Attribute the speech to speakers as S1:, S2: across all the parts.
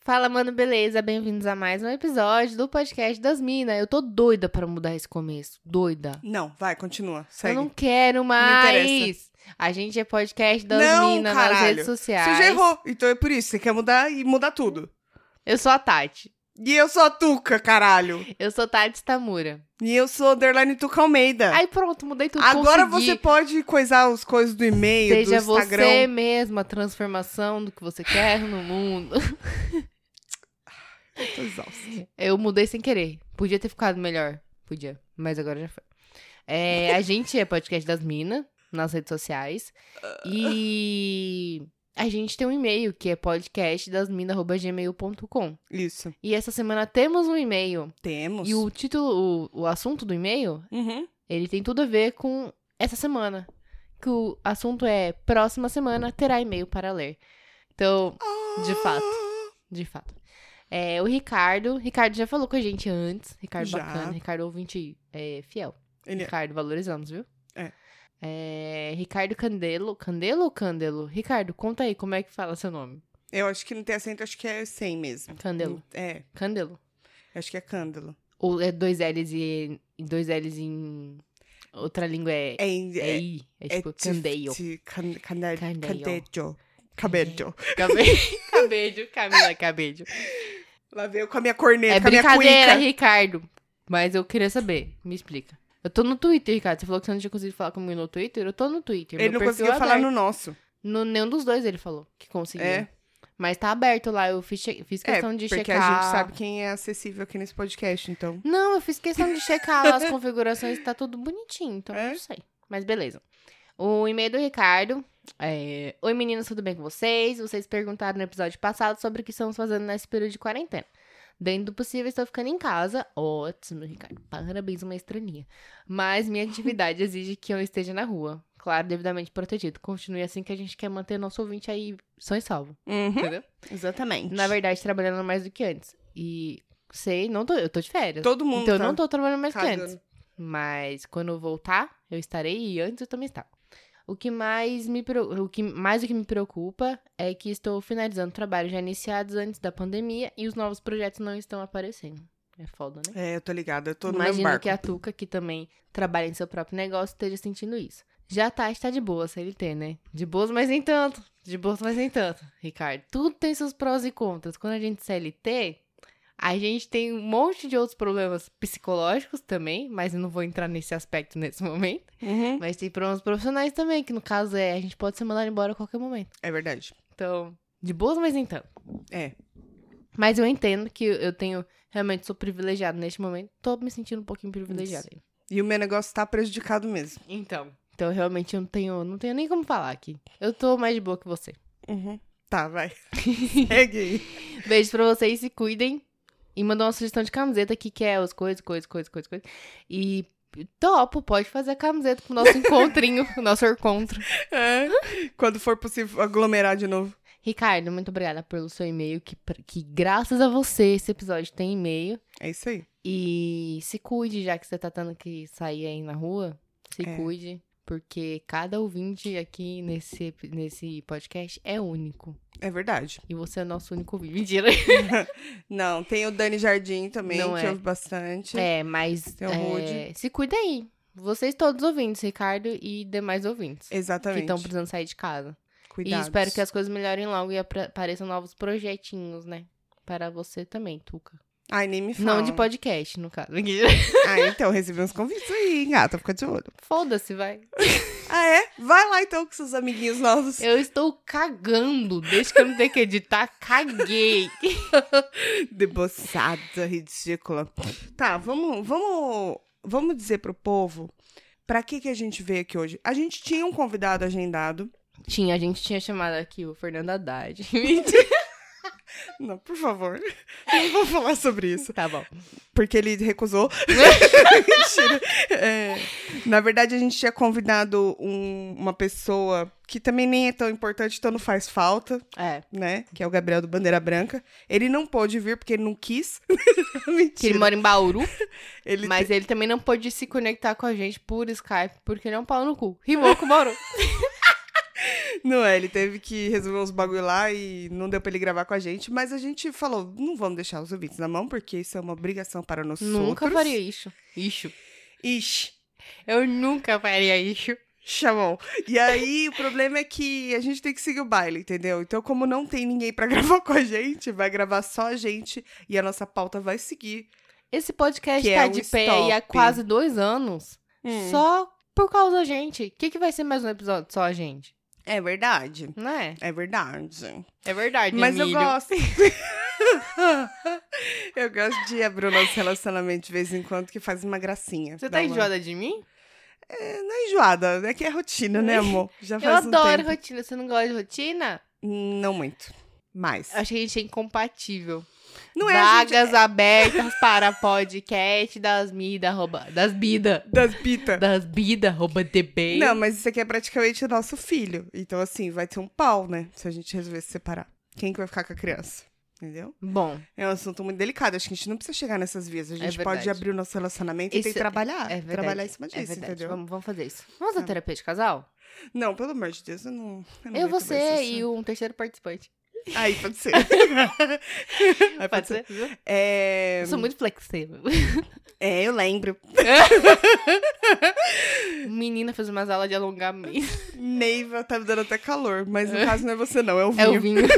S1: Fala, mano, beleza? Bem-vindos a mais um episódio do podcast das Minas. Eu tô doida pra mudar esse começo. Doida.
S2: Não, vai, continua. Segue.
S1: Eu não quero mais.
S2: interessa.
S1: a gente é podcast das
S2: Não,
S1: Minas nas
S2: caralho.
S1: redes sociais.
S2: Você já errou, então é por isso. Você quer mudar e mudar tudo.
S1: Eu sou a Tati.
S2: E eu sou a Tuca, caralho.
S1: Eu sou Tati Stamura.
S2: E eu sou a Underline Tuca Almeida.
S1: Aí pronto, mudei tudo.
S2: É. Agora
S1: consegui.
S2: você pode coisar os coisas do e-mail,
S1: Seja
S2: do Instagram.
S1: você mesma a transformação do que você quer no mundo.
S2: Tô exausta.
S1: Eu mudei sem querer. Podia ter ficado melhor. Podia. Mas agora já foi. É, a gente é podcast das minas nas redes sociais. E a gente tem um e-mail que é podcastdasmina.gmail.com.
S2: Isso.
S1: E essa semana temos um e-mail.
S2: Temos.
S1: E o título, o, o assunto do e-mail,
S2: Uhum.
S1: ele tem tudo a ver com essa semana. Que o assunto é próxima semana terá e-mail para ler. Então,
S2: Ah!
S1: De fato. de fato. É, o Ricardo. Ricardo já falou com a gente antes. Ricardo
S2: Já.
S1: bacana. Ricardo ouvinte é, fiel.
S2: Ele é.
S1: Ricardo, valorizamos, viu?
S2: É.
S1: É, Ricardo Candelo. Candelo ou Candelo? Ricardo, conta aí como é que fala seu nome.
S2: Eu acho que não tem acento, acho que é 100 mesmo.
S1: Candelo.
S2: É,
S1: Candelo.
S2: acho que é cândalo.
S1: Ou é dois L's e e dois L's em outra língua é,
S2: É, em-
S1: é
S2: é,
S1: I. É tipo
S2: ti-
S1: candeio.
S2: ti- can- cande-
S1: Candeio.
S2: Candeio. Cabelo.
S1: Cabe- Cabejo, Camila, cabejo.
S2: Lá veio com a minha corneta,
S1: É
S2: com a minha
S1: brincadeira,
S2: cuica.
S1: Ricardo. Mas eu queria saber. Me explica. Eu tô no Twitter, Ricardo. Você falou que você não tinha conseguido falar comigo no Twitter. Eu tô no Twitter.
S2: Ele
S1: Meu
S2: não
S1: perfil
S2: conseguiu
S1: é
S2: falar
S1: aberto.
S2: no nosso.
S1: No- nenhum dos dois ele falou que conseguiu.
S2: É.
S1: Mas tá aberto lá. Eu fiz, che- fiz
S2: É,
S1: questão de
S2: porque
S1: checar.
S2: a gente sabe quem é acessível aqui nesse podcast, então.
S1: Não, eu fiz questão de checar lá as configurações. Tá tudo bonitinho. Então
S2: É?
S1: não sei. Mas beleza. O e-mail do Ricardo. é, Oi meninas, tudo bem com vocês? Vocês perguntaram no episódio passado sobre o que estamos fazendo nesse período de quarentena. Dentro do possível, estou ficando em casa. Ótimo, Ricardo. Parabéns, uma estrelinha. Mas minha atividade exige que eu esteja na rua. Claro, devidamente protegido. Continue assim que a gente quer manter nosso ouvinte aí são e salvo, entendeu?
S2: Exatamente.
S1: Uhum. Na verdade, trabalhando mais do que antes. E sei, não tô, eu tô de férias.
S2: todo mundo
S1: Então eu
S2: tá
S1: não tô trabalhando mais que
S2: cagando.
S1: antes. Mas quando eu voltar, eu estarei e antes eu também estava. O que mais me preo- o que mais o que me preocupa é que estou finalizando trabalhos já iniciados antes da pandemia e os novos projetos não estão aparecendo. É foda, né?
S2: É, eu tô ligada, eu tô no mesmo
S1: Imagino
S2: barco.
S1: que a Tuca, que também trabalha em seu próprio negócio, esteja sentindo isso. Já tá, está de boa, CLT, né? De boas, mas nem tanto. De boas, mas nem tanto, Ricardo. Tudo tem seus prós e contras. Quando a gente CLT, a gente tem um monte de outros problemas psicológicos também, mas eu não vou entrar nesse aspecto nesse momento.
S2: Uhum,
S1: Mas tem problemas profissionais também, que no caso é a gente pode ser mandado embora a qualquer momento.
S2: É verdade.
S1: Então, de boas, mas nem tanto.
S2: É.
S1: Mas eu entendo que eu tenho, realmente sou privilegiado neste momento. Tô me sentindo um pouquinho privilegiado.
S2: E o meu negócio tá prejudicado mesmo.
S1: Então. Então, realmente, eu não tenho, não tenho nem como falar aqui. Eu tô mais de boa que você.
S2: Uhum. Tá, vai. Segue aí.
S1: Beijo pra vocês, se cuidem. E mandou uma sugestão de camiseta aqui, que é os coisas, coisas, coisas, coisas, coisas. E topo, pode fazer a camiseta pro nosso encontrinho, pro nosso encontro.
S2: É, Quando for possível aglomerar de novo.
S1: Ricardo, muito obrigada pelo seu e-mail, que, que graças a você esse episódio tem e-mail.
S2: É isso aí.
S1: E se cuide, já que você tá tendo que sair aí na rua, se
S2: É.
S1: cuide. Porque cada ouvinte aqui nesse, ep- nesse podcast é único.
S2: É verdade.
S1: E você é o nosso único ouvinte. Mentira.
S2: Não, tem o Dani Jardim também,
S1: Não
S2: que
S1: é.
S2: ouve bastante.
S1: É, mas
S2: Tem um o
S1: é,
S2: Rude.
S1: se cuida aí. Vocês todos ouvintes, Ricardo e demais ouvintes. Que
S2: Exatamente.
S1: estão precisando sair de casa.
S2: Cuidados.
S1: Então, E espero que as coisas melhorem logo e apra- apareçam novos projetinhos, né? Para você também, Tuca.
S2: Ai, nem me fala.
S1: Não de podcast, no caso.
S2: Ah, então, recebi uns convites aí, hein, gata. Fica de olho.
S1: Foda-se, vai.
S2: Ah, é? Vai lá então com seus amiguinhos novos.
S1: Eu estou cagando. Desde que eu não tenho que editar, caguei.
S2: Deboçada, ridícula. Tá, vamos, vamos, vamos dizer pro povo pra que, que a gente veio aqui hoje. A gente tinha um convidado agendado.
S1: Tinha, a gente tinha chamado aqui o Fernando Haddad.
S2: Não, por favor. Não vou falar sobre isso.
S1: tá bom.
S2: Porque ele recusou. Mentira. É, na verdade, a gente tinha convidado um- uma pessoa que também nem é tão importante, então não faz falta.
S1: É.
S2: né? Que é o Gabriel do Bandeira Branca. Ele não pôde vir porque ele não quis. Mentira.
S1: Que ele mora em Bauru,
S2: Ele-
S1: mas ele também não pôde se conectar com a gente por Skype, porque ele é um pau no cu. Rimou com o Bauru.
S2: Não é, ele teve que resolver uns bagulho lá e não deu pra ele gravar com a gente, mas a gente falou, não vamos deixar os ouvintes na mão, porque isso é uma obrigação para nós
S1: Nunca
S2: outros.
S1: faria isso. Isso.
S2: Ixi,
S1: Eu nunca faria isso.
S2: chamou. E aí, o problema é que a gente tem que seguir o baile, entendeu? Então, como não tem ninguém pra gravar com a gente, vai gravar só a gente e a nossa pauta vai seguir.
S1: Esse podcast
S2: Que
S1: tá
S2: é o
S1: de pé aí há
S2: stop.
S1: quase dois anos.
S2: Hum.
S1: Só por causa da gente. O que, que vai ser mais um episódio só a gente?
S2: É verdade.
S1: Não é?
S2: É verdade.
S1: É verdade,
S2: Mas eu gosto. eu gosto de abrir o nosso relacionamento de vez em quando, que faz uma gracinha.
S1: Você
S2: Dá
S1: tá
S2: uma-
S1: enjoada de mim?
S2: É, não é enjoada, é que é rotina, né, amor? Já
S1: Eu
S2: faz um
S1: adoro
S2: tempo.
S1: rotina. Você não gosta de rotina?
S2: Não muito. Mas.
S1: Acho que a gente é incompatível.
S2: Não é a gente...
S1: Vagas abertas para podcast das mida, arroba, das bida.
S2: das pita.
S1: Das bida, arroba debate.
S2: Não, mas isso aqui é praticamente o nosso filho. Então, assim, vai ter um pau, né? Se a gente resolver se separar. Quem que vai ficar com a criança? Entendeu?
S1: Bom,
S2: É um assunto muito delicado. Acho que a gente não precisa chegar nessas vias. A gente pode
S1: É verdade.
S2: abrir o nosso relacionamento e
S1: Isso
S2: tem que trabalhar.
S1: é verdade.
S2: trabalhar em cima disso,
S1: é verdade.
S2: entendeu?
S1: Vamos, vamos fazer isso. Vamos à
S2: Tá.
S1: terapia de casal?
S2: Não, pelo amor de Deus, eu não. não
S1: eu,
S2: aguento mais
S1: você
S2: esse
S1: e um terceiro participante.
S2: assunto. Aí, pode ser. Aí,
S1: Pode ser? viu?
S2: É...
S1: Eu sou muito flexível.
S2: é, eu lembro.
S1: Menina fez umas aulas de alongamento.
S2: Neiva tá me dando até calor, mas no caso não é você, não, é o
S1: É o
S2: vinho.
S1: vinho.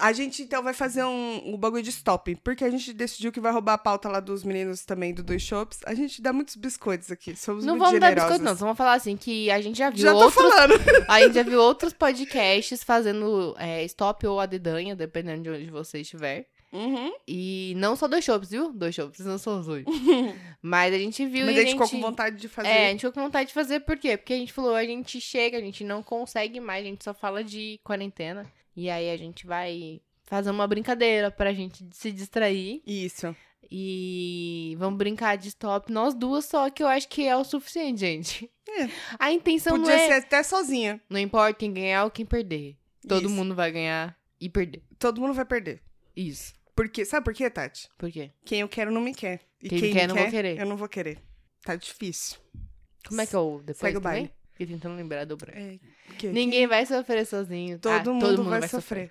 S2: A gente então vai fazer um, um bagulho de stop, porque a gente decidiu que vai roubar a pauta lá dos meninos também do Dois Shops. A gente dá muitos biscoitos aqui, somos
S1: Não
S2: muito
S1: vamos dar
S2: generosos.
S1: biscoito, não. Só Vamos falar assim que a gente já viu
S2: Já tô
S1: outros.
S2: falando.
S1: A gente já viu outros podcasts fazendo é, stop ou a dedanha, dependendo de onde você estiver.
S2: Uhum.
S1: E não só dois shows, viu? Dois shows, não são os oito. Mas a gente viu
S2: Mas
S1: e
S2: a gente ficou com vontade de fazer.
S1: É, a gente ficou com vontade de fazer, por quê? Porque a gente falou, a gente chega, a gente não consegue mais, a gente só fala de quarentena. E aí a gente vai fazer uma brincadeira pra gente se distrair.
S2: Isso.
S1: E vamos brincar de stop nós duas, só que eu acho que é o suficiente, gente.
S2: É.
S1: A intenção
S2: Podia
S1: não é.
S2: ser até sozinha.
S1: Não importa quem ganhar ou quem perder. Todo
S2: Isso.
S1: mundo vai ganhar e perder.
S2: Todo mundo vai perder.
S1: Isso.
S2: Porque, sabe por quê, Tati?
S1: Por quê?
S2: Quem eu quero não me quer. E
S1: Quem
S2: quem,
S1: me quer,
S2: me
S1: não vou querer.
S2: Eu não vou querer. Tá difícil.
S1: Como é que é o depois
S2: Segue o
S1: também?
S2: baile.
S1: Fiquei tentando lembrar do branco.
S2: É, que-
S1: Ninguém vai sofrer sozinho.
S2: Todo,
S1: tá?
S2: mundo vai, sofrer.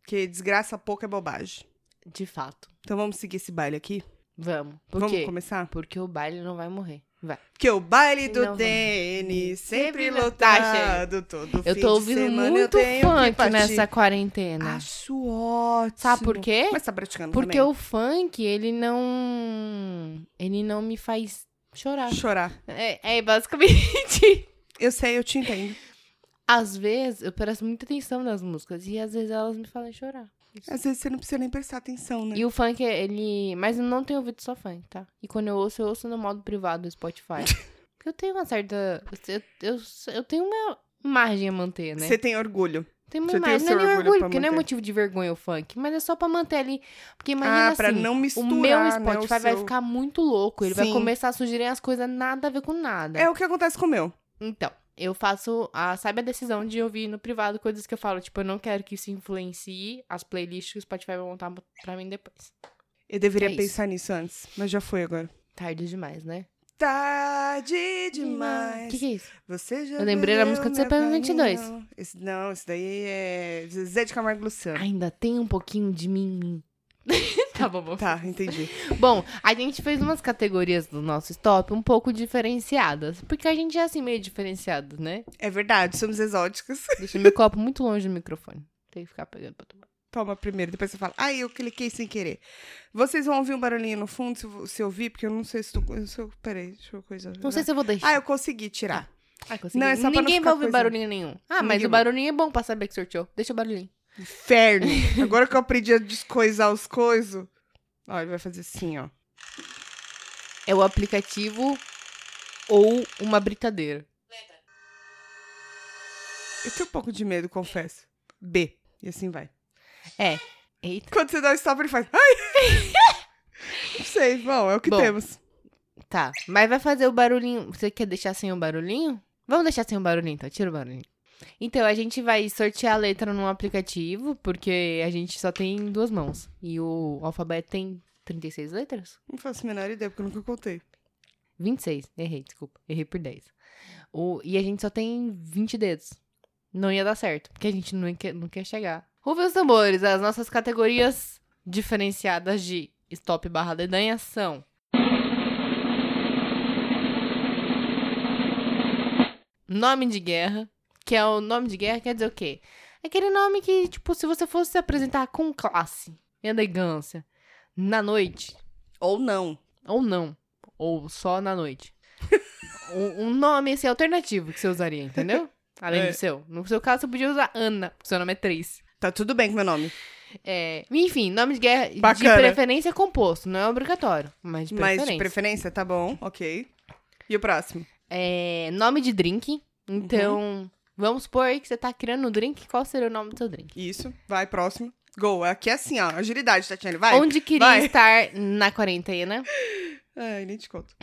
S2: Porque desgraça pouco é bobagem.
S1: De fato.
S2: Então vamos seguir esse baile aqui?
S1: Vamos. Por
S2: vamos
S1: quê?
S2: começar?
S1: Porque o baile não vai morrer. Vai.
S2: Que o baile do
S1: Não, vamos.
S2: Dene sempre
S1: Sempre
S2: lotado todo
S1: Tá, Eu
S2: fim
S1: tô
S2: de
S1: ouvindo
S2: semana eu
S1: muito
S2: tenho que
S1: funk
S2: partir.
S1: nessa quarentena.
S2: Acho ótimo.
S1: Sabe por quê?
S2: Mas tá praticando
S1: Porque
S2: também.
S1: o funk, ele não. Ele não me faz chorar.
S2: Chorar.
S1: É, é basicamente.
S2: Eu sei, eu te entendo.
S1: Às vezes, eu presto muita atenção nas músicas e às vezes elas me fazem chorar.
S2: Às vezes você não precisa nem prestar atenção, né?
S1: E o funk, ele. Mas eu não tenho ouvido só funk, tá? E quando eu ouço, eu ouço no modo privado do Spotify. Porque eu tenho uma certa. Eu, eu, eu tenho uma margem a manter, né?
S2: Você tem orgulho.
S1: Tem uma
S2: Você tem o
S1: imagem,
S2: seu
S1: não é nem
S2: orgulho
S1: orgulho,
S2: pra
S1: porque não é
S2: manter.
S1: motivo de vergonha o funk, mas é só pra manter ali. Porque imagina
S2: ah, pra
S1: assim,
S2: não
S1: o
S2: misturar,
S1: meu
S2: né, o
S1: Spotify vai
S2: seu-
S1: ficar muito louco, ele vai
S2: Sim.
S1: começar a sugerir as coisas nada a ver com nada.
S2: É o que acontece com o meu.
S1: Então, eu faço a sabe a decisão de ouvir no privado coisas que eu falo, tipo, eu não quero que isso influencie as playlists que o Spotify vai montar pra mim depois.
S2: Eu deveria
S1: É isso.
S2: pensar nisso antes, mas já foi agora.
S1: Tarde demais, né?
S2: Tarde
S1: O
S2: demais.
S1: que, que é isso?
S2: Você já
S1: Eu lembrei da
S2: bebeu
S1: música do
S2: meu
S1: CPM 22.
S2: caminho. Esse, não, esse daí é Zé de Camargo e Luciano.
S1: Ainda tem um pouquinho de mim. em mim. tá bom, bom.
S2: Tá, entendi.
S1: Bom, a gente fez umas categorias do nosso stop um pouco diferenciadas, porque a gente é assim meio diferenciado, né?
S2: É verdade, somos exóticas.
S1: Deixa meu copo muito longe do microfone. Tem que ficar pegando pra tomar.
S2: Toma primeiro, depois você fala. Ai, eu cliquei sem querer. Vocês vão ouvir um barulhinho no fundo se, eu- se eu ouvir, porque eu não sei se tu. eu- Se eu, peraí, deixa eu coisa.
S1: Não sei se eu vou deixar.
S2: Ah, eu consegui tirar.
S1: Ah, consegui.
S2: Não, é só pra não
S1: Ninguém
S2: ficar
S1: vai ouvir
S2: coisa-
S1: barulhinho nenhum. Ah, mas
S2: Ninguém
S1: o barulhinho é bom pra saber que sorteou. Deixa o barulhinho.
S2: Inferno. Agora que eu aprendi a descoisar os coisos. Ó, ele vai fazer assim, ó.
S1: É o aplicativo ou uma britadeira.
S2: Eu tenho um pouco de medo, confesso. B. E assim vai.
S1: É. Eita.
S2: Quando você dá o stop, ele faz. Ai! não sei, bom, é o que
S1: Bom.
S2: temos.
S1: Tá. Mas vai fazer o barulhinho. Você quer deixar sem o barulhinho? Vamos deixar sem o barulhinho, então. Tira o barulhinho. Então, a gente vai sortear a letra num aplicativo, porque a gente só tem duas mãos. E o alfabeto tem 36 letras?
S2: Não faço a menor ideia, porque eu nunca contei.
S1: 26. Errei, desculpa. Errei por 10. O... E a gente só tem 20 dedos. Não ia dar certo, porque a gente não ia, não ia chegar. Rufem os tambores, as nossas categorias diferenciadas de stop barra dedanha são... Nome de guerra, que é o nome de guerra, quer dizer o quê? É Aquele nome que, tipo, se você fosse se apresentar com classe, elegância, na noite,
S2: Ou não.
S1: ou não, ou só na noite. um, um nome, assim, alternativo que você usaria, entendeu? Além
S2: É.
S1: do seu. No seu caso, você podia usar Ana, porque seu nome é três.
S2: Tá tudo bem com meu nome.
S1: É, enfim, nome de guerra,
S2: Bacana.
S1: de preferência composto, não é obrigatório, mas de
S2: Mas
S1: preferência.
S2: de preferência, tá bom, ok. E o próximo?
S1: É, nome de drink, então...
S2: Uhum.
S1: Vamos supor aí que você tá criando um drink, qual seria o nome do seu drink?
S2: Isso. Vai, próximo. Go. Aqui é assim, ó. Agilidade, Tatiana. Vai.
S1: Onde queria
S2: vai.
S1: estar na quarentena?
S2: Ai, nem te conto.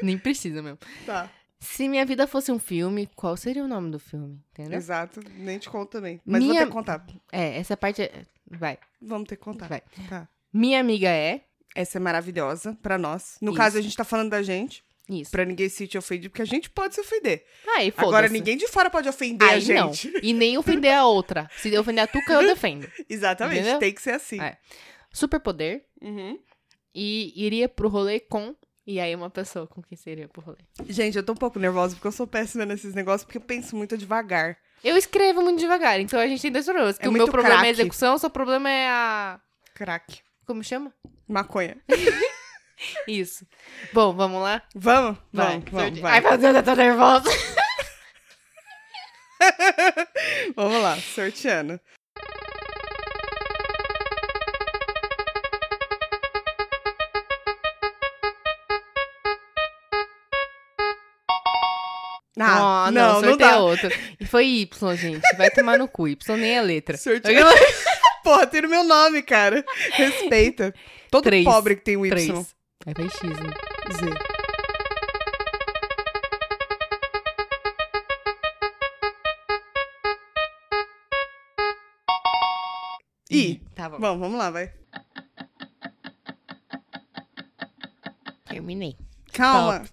S1: Nem precisa mesmo.
S2: Tá.
S1: Se minha vida fosse um filme, qual seria o nome do filme? Entendeu?
S2: Exato. Nem te conto também. Mas vou
S1: Minha-
S2: ter que contar.
S1: É, essa parte. é- Vai,
S2: Vamos ter que contar.
S1: vai.
S2: Tá.
S1: Minha amiga é.
S2: Essa é maravilhosa pra nós. No
S1: Isso.
S2: caso, a gente tá falando da gente.
S1: Isso.
S2: Pra ninguém se sentir ofendido, porque a gente pode se ofender.
S1: Aí, foda-se.
S2: Agora, ninguém de fora pode ofender a
S1: Aí não.
S2: gente.
S1: E nem ofender a outra. Se ofender a Tuca, eu defendo.
S2: Exatamente.
S1: Entendeu?
S2: Tem que ser assim.
S1: É. Superpoder.
S2: Uhum.
S1: E iria pro rolê com. E aí, uma pessoa com quem seria pro rolê.
S2: Gente, eu tô um pouco nervosa porque eu sou péssima nesses negócios, porque eu penso muito devagar.
S1: Eu escrevo muito devagar, então a gente tem dois problemas. Que
S2: É
S1: o meu
S2: muito
S1: problema é a
S2: craque.
S1: execução, o seu problema é a.
S2: Crack.
S1: Como chama?
S2: Maconha.
S1: Isso. Bom, vamos lá?
S2: Vamos?
S1: Vai.
S2: Vamos, vamos,
S1: Ai,
S2: vai.
S1: meu Deus, eu tô nervosa.
S2: Vamos lá, sorteando. Ah,
S1: Ah,
S2: Tá. não, não,
S1: sorteia
S2: dá.
S1: outro. E foi Y, gente. Vai tomar no cu. Y nem é letra.
S2: Sorteio. Porra, tem no meu nome, cara. Respeita. Todo
S1: Três.
S2: pobre que tem um Y.
S1: Três. Aí vai X, né?
S2: Z. I.
S1: Tá bom.
S2: Bom, vamos lá, vai.
S1: Terminei.
S2: Calma.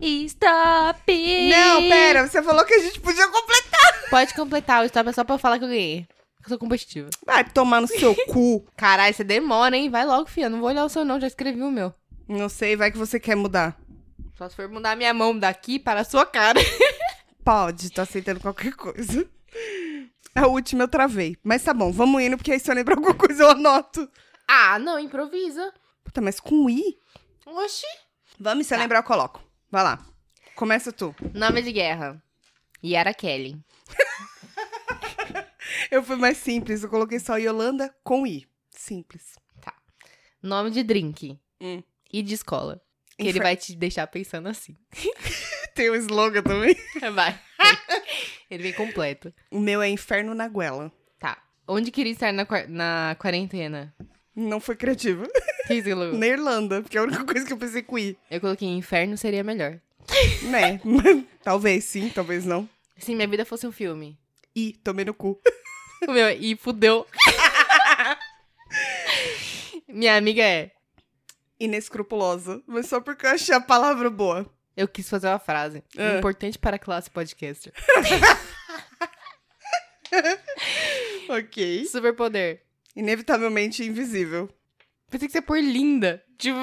S1: Stop!
S2: Não, pera, você falou que a gente podia completar.
S1: Pode completar o stop, é só pra eu falar que eu ganhei. Eu sou competitiva.
S2: Vai tomar no seu cu.
S1: Caralho, você demora, hein? Vai logo, filha. Não vou olhar o seu não, já escrevi o meu.
S2: Não sei, vai que você quer mudar.
S1: Só se for mudar minha mão daqui para a sua cara.
S2: Pode, tô aceitando qualquer coisa. A última eu travei. Mas tá bom, vamos indo, porque aí se eu lembrar alguma coisa eu anoto.
S1: Ah, não, improvisa.
S2: Puta, mas com I?
S1: Oxi.
S2: Vamos, se eu
S1: Tá.
S2: lembrar eu coloco. Vai lá. Começa tu.
S1: Nome de guerra. Yara Kelly.
S2: Eu fui mais simples, eu coloquei só Yolanda com I. Simples.
S1: Nome de drink.
S2: Hum.
S1: E de escola. Que
S2: Infer-
S1: ele vai te deixar pensando assim.
S2: Tem um slogan também.
S1: Vai. ele vem completo.
S2: O meu é Inferno na Guela.
S1: Tá. Onde queria estar na, quar- na quarentena?
S2: Não foi criativa.
S1: Quem se louco?
S2: Na Irlanda, porque é a única coisa que eu pensei com I.
S1: Eu coloquei inferno seria melhor.
S2: Né? talvez sim, talvez não.
S1: Se minha vida fosse um filme.
S2: I, tomei no cu.
S1: O meu, é, e fudeu. minha amiga é.
S2: Inescrupulosa. Mas só porque eu achei a palavra boa.
S1: Eu quis fazer uma frase.
S2: Ah.
S1: Importante para a classe podcaster.
S2: Ok.
S1: Superpoder.
S2: Inevitavelmente invisível.
S1: Pensei que você é por linda. Tipo,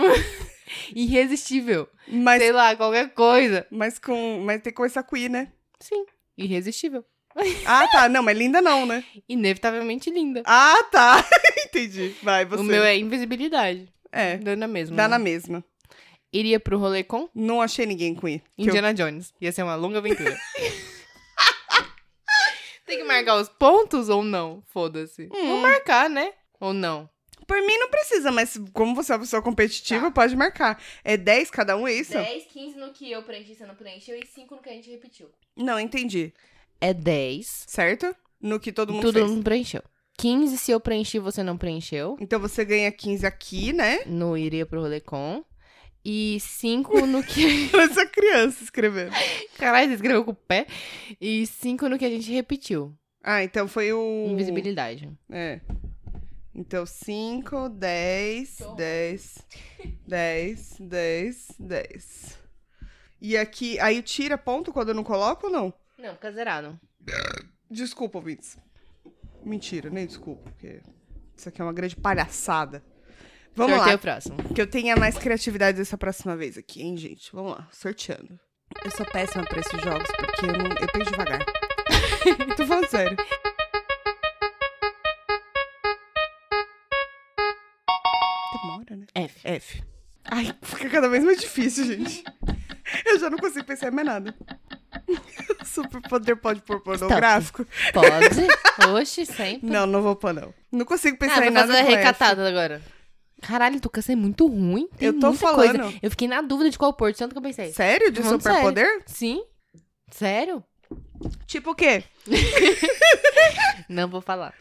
S1: irresistível.
S2: Mas,
S1: Sei lá, qualquer coisa.
S2: mas com. Mas tem que começar com I, né?
S1: Sim, irresistível.
S2: Ah, tá. Não, mas linda não, né?
S1: Inevitavelmente linda.
S2: Ah, tá. Entendi. Vai, você.
S1: O meu é invisibilidade.
S2: É.
S1: Dá na mesma.
S2: Dá
S1: né?
S2: na mesma.
S1: Iria pro rolê com
S2: Não achei ninguém com I. Que eu-
S1: Indiana Jones. Ia ser uma longa aventura. Tem que marcar os pontos ou não? Foda-se.
S2: Hum.
S1: Vou marcar, né? Ou não?
S2: Por mim não precisa, mas como você é uma pessoa
S1: Tá.
S2: competitiva, pode marcar. É 10 cada um, é isso?
S1: 10, 15 no que eu preenchi, você não preencheu, e 5 no que a gente repetiu.
S2: Não, entendi.
S1: É 10.
S2: Certo? No que todo mundo
S1: Tudo
S2: fez.
S1: não preencheu. 15 se eu preenchi, você não preencheu.
S2: Então você ganha 15 aqui, né?
S1: No iria pro rolê com. E 5 no que.
S2: Essa criança escrevendo.
S1: Caralho, você escreveu com o pé. E 5 no que a gente repetiu.
S2: Ah, então foi
S1: Uh.
S2: o.
S1: Invisibilidade.
S2: É. Então, 5, 10, 10, 10, 10, 10. E aqui, aí tira ponto quando eu não coloco ou não?
S1: Não, fica zerado.
S2: Desculpa, ouvintes. Mentira, nem desculpa, porque isso aqui é uma grande palhaçada. Vamos
S1: Sorteio
S2: lá,
S1: o próximo.
S2: que eu tenha mais criatividade dessa próxima vez aqui, hein, gente? Vamos lá, sorteando. Eu sou péssima pra esses jogos, porque eu, não, eu penso devagar. Tô falando sério. Demora, né?
S1: F.
S2: F. Ai, fica cada vez mais difícil, gente. Eu já não consigo pensar em mais nada. Superpoder pode pôr pornográfico?
S1: Pode. Oxe, sempre.
S2: Não, não vou pôr, não. Não consigo
S1: Ah,
S2: pensar em
S1: por
S2: nada
S1: causa da
S2: com F.
S1: recatada agora. Caralho, tu você é muito ruim. Tem
S2: Eu tô
S1: muita coisa.
S2: falando.
S1: Eu fiquei na dúvida de qual porto, tanto que eu pensei.
S2: Sério? De
S1: Tô falando
S2: superpoder?
S1: Sim? Sério?
S2: Tipo o quê?
S1: Não vou falar.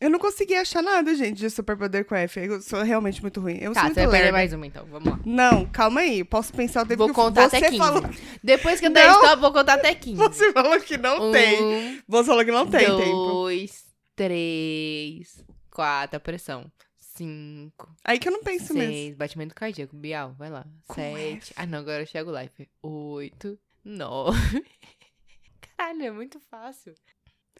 S2: Eu não consegui achar nada, gente, de superpoder com F. Eu sou realmente muito ruim. Eu
S1: tá,
S2: sou
S1: você
S2: muito
S1: vai perder
S2: lerda.
S1: mais uma então. Vamos lá.
S2: Não, calma aí. Posso pensar o tempo
S1: Vou
S2: que
S1: contar
S2: você
S1: até 15.
S2: falou.
S1: Depois que eu der
S2: Não.
S1: stop, vou contar até 15.
S2: Você falou que não
S1: um,
S2: tem. Você falou que não tem tempo.
S1: dois, três, quatro, a pressão. Cinco,
S2: Aí que eu não penso mesmo. é?
S1: seis, batimento cardíaco, Bial, vai lá.
S2: Com
S1: Sete,
S2: F.
S1: ah não, agora eu chego lá. Oito, nove. Caralho, é muito fácil.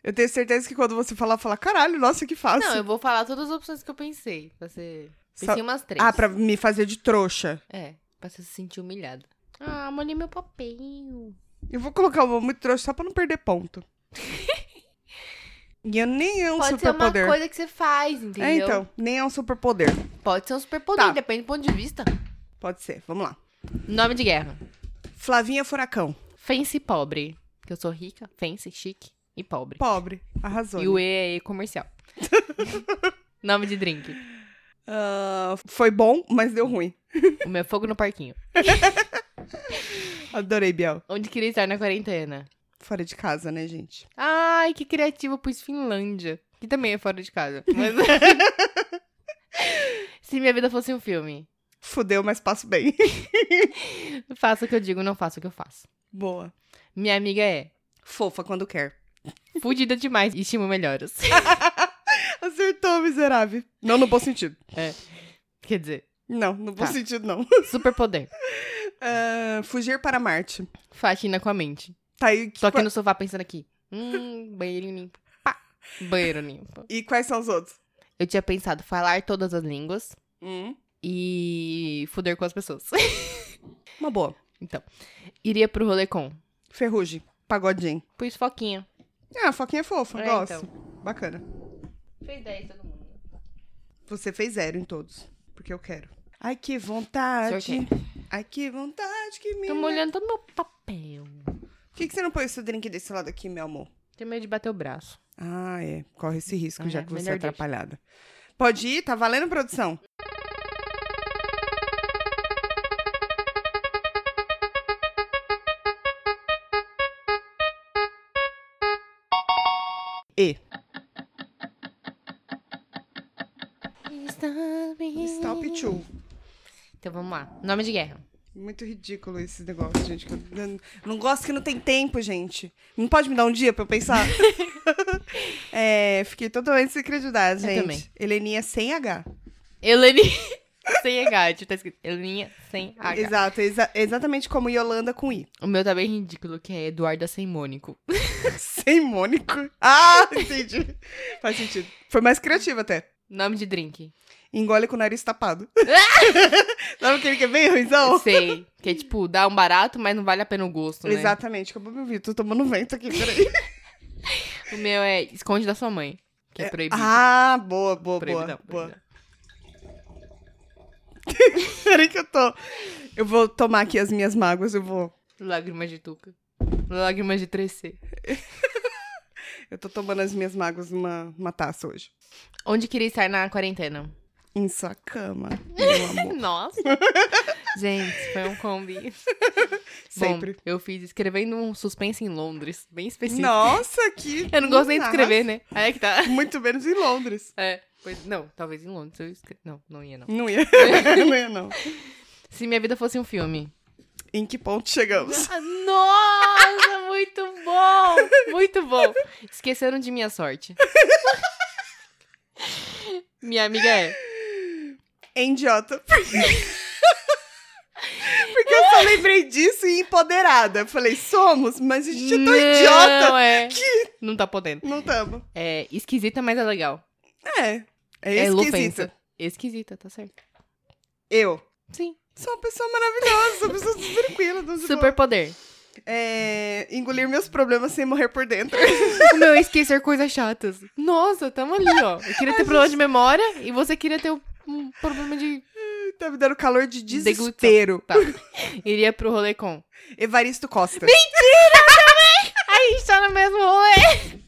S2: Eu tenho certeza que quando você falar, falar, caralho, nossa, que fácil.
S1: Não, eu vou falar todas as opções que eu pensei. Pra você...
S2: Assim Só-
S1: Pensei umas três.
S2: Ah, pra me fazer de trouxa.
S1: É, pra você se sentir humilhado. Ah, molhei meu papel.
S2: Eu vou colocar uma muito trouxa só pra não perder ponto. e eu nem é um
S1: Pode ser uma
S2: superpoder.
S1: coisa que você faz, entendeu?
S2: É, então, nem é um superpoder.
S1: Pode ser um superpoder,
S2: Tá.
S1: depende do ponto de vista.
S2: Pode ser, vamos lá.
S1: Nome de guerra.
S2: Flavinha Furacão.
S1: Fancy pobre. Que eu sou rica, fancy, chique e pobre.
S2: Pobre, arrasou.
S1: E o E é comercial. Nome de drink.
S2: Ah, foi bom, mas deu ruim.
S1: O meu é fogo no parquinho.
S2: Adorei, Biel.
S1: Onde queria estar na quarentena.
S2: Fora de casa, né, gente?
S1: Ai, que criativo, pus Finlândia. Que também é fora de casa. mas- Se minha vida fosse um filme.
S2: Fudeu, mas passo bem.
S1: Faço o que eu digo, não faço o que eu faço.
S2: Boa.
S1: Minha amiga é
S2: Fofa quando quer.
S1: fudida demais e estimo melhoras.
S2: Acertou, miserável. Não no bom sentido.
S1: Quer dizer,
S2: Não, no bom
S1: Tá.
S2: sentido, não.
S1: superpoder.
S2: Ah, fugir para Marte.
S1: Faxina com a mente.
S2: Tá aí.
S1: Tô aqui no sofá pensando aqui. Hum, banheirinho limpo. Pá, banheiro limpo.
S2: E quais são os outros?
S1: Eu tinha pensado falar todas as línguas
S2: Hum.
S1: e fuder com as pessoas. Então,
S2: Uma boa.
S1: Iria pro rolê com.
S2: Ferrugem. Pagodinho.
S1: Pus foquinha.
S2: Ah, a foquinha é fofa.
S1: É,
S2: gosto.
S1: então.
S2: Bacana.
S1: Fez 10 todo mundo.
S2: Você fez zero em todos. Porque eu quero. Ai, que vontade.
S1: Sorteio.
S2: Ai, que vontade que me...
S1: Tô molhando todo meu papel.
S2: Por que, que você não põe esse drink desse lado aqui, meu amor?
S1: Tenho medo de bater o braço.
S2: Ah, é. Corre esse risco,
S1: Ah,
S2: já
S1: é.
S2: que você é
S1: Melhor deixa.
S2: atrapalhada. Pode ir? Tá valendo, produção? E. Está o pichu.
S1: Então vamos lá. Nome de guerra.
S2: Muito ridículo esse negócio, gente. que eu- eu não gosto que não tem tempo, gente. Não pode me dar um dia pra eu pensar? é, fiquei totalmente sem credibilidade,
S1: Eu
S2: gente.
S1: também.
S2: Heleninha sem H.
S1: Eleni. sem H. Tipo, tá escrito Eleninha sem H.
S2: Exato, exa- exatamente como Yolanda com I.
S1: O meu tá bem ridículo, que é Eduarda sem Mônico.
S2: Sem Mônico. Ah, entendi. Faz sentido. Foi mais criativo até.
S1: Nome de drink.
S2: Engole com o nariz tapado. Sabe aquele que é bem ruizão?
S1: Sei. Que é tipo, dá um barato, mas não vale a pena o gosto, né?
S2: Exatamente, acabou meu vídeo. Tô tomando vento aqui, peraí.
S1: O meu é Esconde da sua mãe. Que é proibido.
S2: Ah, boa, boa,
S1: proibidão,
S2: boa. boa.
S1: proibidão.
S2: Peraí que eu tô. Eu vou tomar aqui as minhas mágoas, eu vou.
S1: Lágrimas de tuca. Lágrimas de 3C.
S2: Eu tô tomando as minhas mágoas numa numa taça hoje.
S1: Onde queria estar na quarentena?
S2: Em sua cama, meu amor.
S1: Nossa. Gente, foi um combi.
S2: Sempre.
S1: Bom, eu fiz escrevendo um suspense em Londres. Bem específico.
S2: Nossa, que.
S1: Eu não gosto nem de
S2: Ah.
S1: escrever, né? Aí é que tá.
S2: Muito menos em Londres.
S1: É. Pois, não, talvez em Londres eu escreva. Não, não ia não.
S2: Não ia. não ia, não.
S1: Se minha vida fosse um filme.
S2: Em que ponto chegamos?
S1: Nossa, muito bom! Muito bom. Esqueceram de minha sorte. Minha amiga é.
S2: É idiota. Porque eu sou eu lembrei disso e empoderada. Falei, somos, mas a gente é tão idiota.
S1: Não, é. Não tá podendo.
S2: Não tamo.
S1: É esquisita, mas é legal.
S2: É. É
S1: É
S2: esquisito.
S1: ofensa. Esquisita, tá certo.
S2: eu
S1: Sim.
S2: sou uma pessoa maravilhosa, sou uma pessoa super tranquila. não sei
S1: Super poder.
S2: como- É, engolir meus problemas sem morrer por dentro.
S1: Não Tipo, esquecer coisas chatas. Nossa, tamo ali, ó. Eu queria ter problema de memória e você queria ter um problema de...
S2: tá me dando calor de
S1: Deglutição.
S2: desespero.
S1: Tá. Iria pro rolê com...
S2: Evaristo Costa.
S1: A gente tá no mesmo rolê.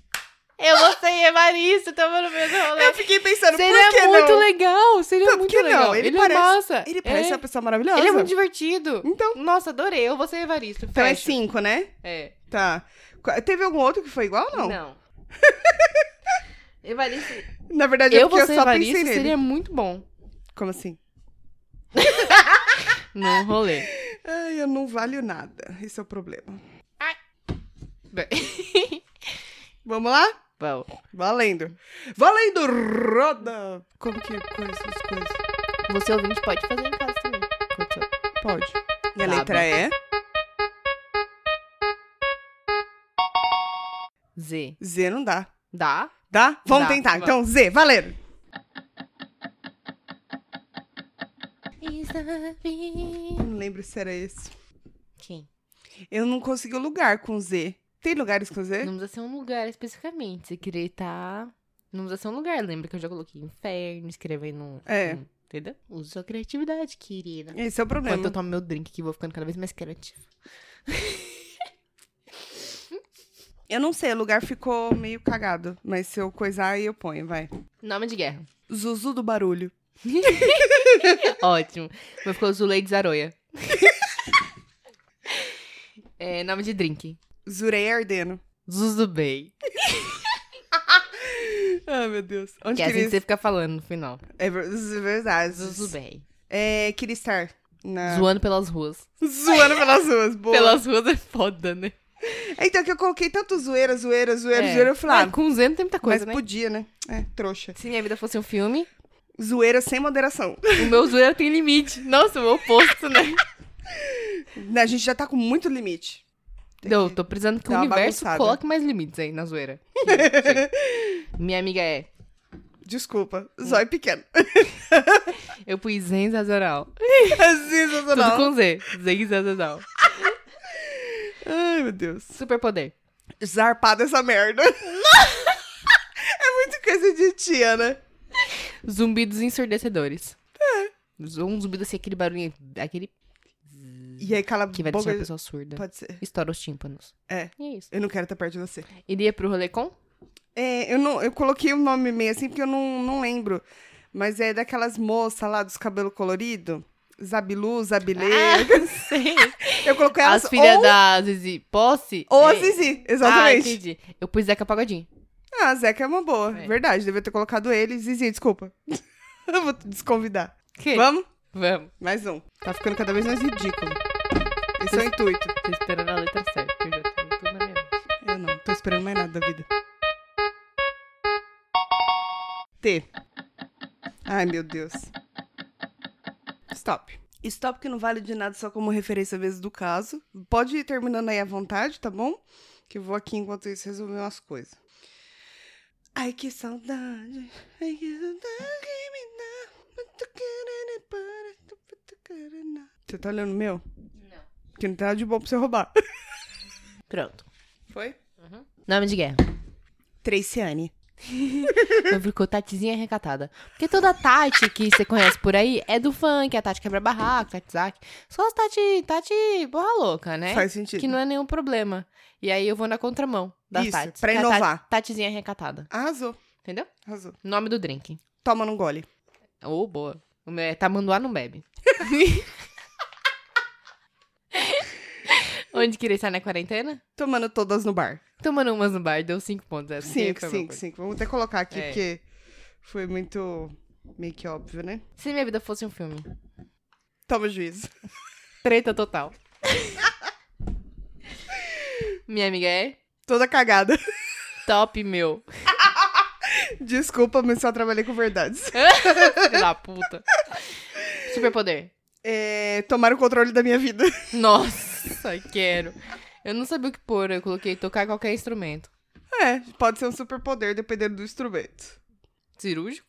S1: Eu vou ser Evaristo, tamo no mesmo rolê.
S2: Eu fiquei pensando,
S1: Seria
S2: por que
S1: é muito
S2: não?
S1: legal, seria
S2: Então, por
S1: muito
S2: que não?
S1: legal.
S2: Ele
S1: Ele,
S2: parece-
S1: é massa.
S2: Ele parece
S1: é.
S2: uma pessoa maravilhosa.
S1: Ele é muito divertido.
S2: Então,
S1: Nossa, adorei. Eu vou ser Evaristo.
S2: então é
S1: Fecha.
S2: cinco, né?
S1: É.
S2: Tá. Qu- Teve algum outro que foi igual ou não?
S1: Evaristo.
S2: Na verdade, é
S1: Eu vou
S2: porque eu
S1: ser
S2: só pensei
S1: Evaristo
S2: nele.
S1: seria muito bom.
S2: Como assim?
S1: Não rolê.
S2: Ai, eu não valho nada. Esse é o problema.
S1: Bem,
S2: Vamos lá?
S1: Bom.
S2: Valendo. Valendo, roda! Como que coisas, as coisas?
S1: Você ouvinte pode fazer em casa também. Curtiu?
S2: Pode. E a
S1: Nada.
S2: letra é
S1: Z.
S2: Z, não dá.
S1: Dá?
S2: Dá? Vamos
S1: Dá,
S2: tentar.
S1: vamos.
S2: Então, Z, valendo. Eu Não lembro se era esse.
S1: Quem?
S2: Eu não consegui o lugar com Z. Tem lugares com Z?
S1: Não precisa ser um lugar especificamente. Você queria estar. Não precisa ser um lugar. Lembra que eu já coloquei inferno, escrevendo. um-
S2: É.
S1: um- entendeu? Usa sua criatividade, querida.
S2: Esse é o problema.
S1: Enquanto eu tomo meu drink, que eu vou ficando cada vez mais criativa.
S2: Eu não sei, o lugar ficou meio cagado. Mas se eu coisar, aí eu ponho, vai.
S1: Nome de guerra.
S2: Zuzu do barulho.
S1: Ótimo. Mas ficou Zuleide Zaroia. é, nome de drink.
S2: Zurei Ardeno.
S1: Zuzubei.
S2: Ai, meu Deus. Onde
S1: Que é assim
S2: queria...
S1: que você fica falando no final.
S2: É ver- z- verdade.
S1: Zuzubei.
S2: É, queria estar na...
S1: Zoando pelas ruas.
S2: Zoando pelas ruas. Boa.
S1: Pelas ruas é foda, né?
S2: Então, que eu coloquei tanto zoeira, zoeira, zoeira,
S1: É.
S2: zoeira. Eu falei, ah,
S1: Ah, com Z não tem muita coisa,
S2: mas
S1: né?
S2: podia, né? É, trouxa.
S1: Se minha vida fosse um filme,
S2: Zoeira sem moderação.
S1: o meu zoeira tem limite. Nossa, o meu oposto, né?
S2: A gente já tá com muito limite. Tem
S1: Não,
S2: que-
S1: tô precisando que
S2: dar
S1: o
S2: uma
S1: universo
S2: bagunçada.
S1: coloque mais limites aí na zoeira. Chega. minha amiga é.
S2: Desculpa, zóio pequeno.
S1: Eu pus Zen Zazoral. Tudo
S2: Sensacional.
S1: com Z. Zen Zazoral.
S2: Ai, meu Deus.
S1: Superpoder.
S2: Zarpada essa merda. é muito coisa de tia, né?
S1: Zumbidos ensurdecedores. É. Um zumbido assim, aquele barulhinho. Aquele
S2: E aí cala a
S1: que vai
S2: boca.
S1: deixar a pessoa surda.
S2: Pode ser.
S1: Estoura os tímpanos.
S2: É.
S1: E é isso.
S2: Eu não quero estar perto de você.
S1: Iria pro rolê com?
S2: É, eu, não, eu coloquei o nome meio assim porque eu não, não lembro. Mas é daquelas moças lá dos cabelo colorido. Zabilu, Zabilê.
S1: não Ah, sei.
S2: Eu coloquei elas
S1: Ah, As filhas
S2: ou,
S1: da Zizi Posse?
S2: ou a
S1: É.
S2: Zizi,
S1: Ah,
S2: exatamente.
S1: entendi. Eu pus Zeca Pagodinho.
S2: Ah, Zeca é uma boa,
S1: É.
S2: verdade. Devia ter colocado ele. Zizi, desculpa. eu vou te desconvidar.
S1: Que?
S2: Vamos?
S1: Vamos.
S2: Mais um. Tá ficando cada vez mais ridículo. Esse é o intuito.
S1: Tô esperando a letra certa, que eu já tenho tudo na minha mente.
S2: Eu não, tô esperando mais nada da vida. T. Ai, meu Deus. Stop. Stop que não vale de nada só como referência vezes do caso. Pode ir terminando aí à vontade, tá bom? Que eu vou aqui enquanto isso resolver umas coisas. Ai, que saudade. Ai, que saudade que me dá. Você tá olhando o meu?
S1: Não.
S2: Que não tem nada de bom pra você roubar.
S1: Pronto.
S2: Foi?
S1: Nome de guerra.
S2: Treciane.
S1: Eu ficou Tatizinha é recatada. Porque toda Tati que você conhece por aí é do funk, a Tati quebra barraco, Tati Zac. Só as Tati, Tati porra louca, né?
S2: Faz sentido.
S1: Que não é nenhum problema. E aí eu vou na contramão da
S2: Isso,
S1: Tati.
S2: pra
S1: que é a
S2: inovar.
S1: Tati- Tatizinha recatada.
S2: Arrasou.
S1: Entendeu?
S2: Arrasou.
S1: Nome do drink.
S2: Toma num gole.
S1: Ô, boa. O meu é Tamanduá não bebe. Onde queria estar na quarentena?
S2: Tomando todas no bar.
S1: Tomando umas no bar, deu cinco pontos. Essa
S2: Cinco,
S1: foi uma
S2: cinco,
S1: coisa.
S2: cinco. Vamos até colocar aqui,
S1: É.
S2: porque foi muito meio que óbvio, né?
S1: Se minha vida fosse um filme.
S2: Toma juízo.
S1: Treta total. minha amiga é
S2: Toda cagada.
S1: top, meu.
S2: Desculpa, mas só trabalhei com verdades.
S1: Filho da puta. Superpoder.
S2: é, tomar o controle da minha vida.
S1: Nossa, quero. Eu não sabia o que pôr, eu coloquei tocar qualquer instrumento.
S2: É, pode ser um superpoder, dependendo do instrumento.
S1: Cirúrgico?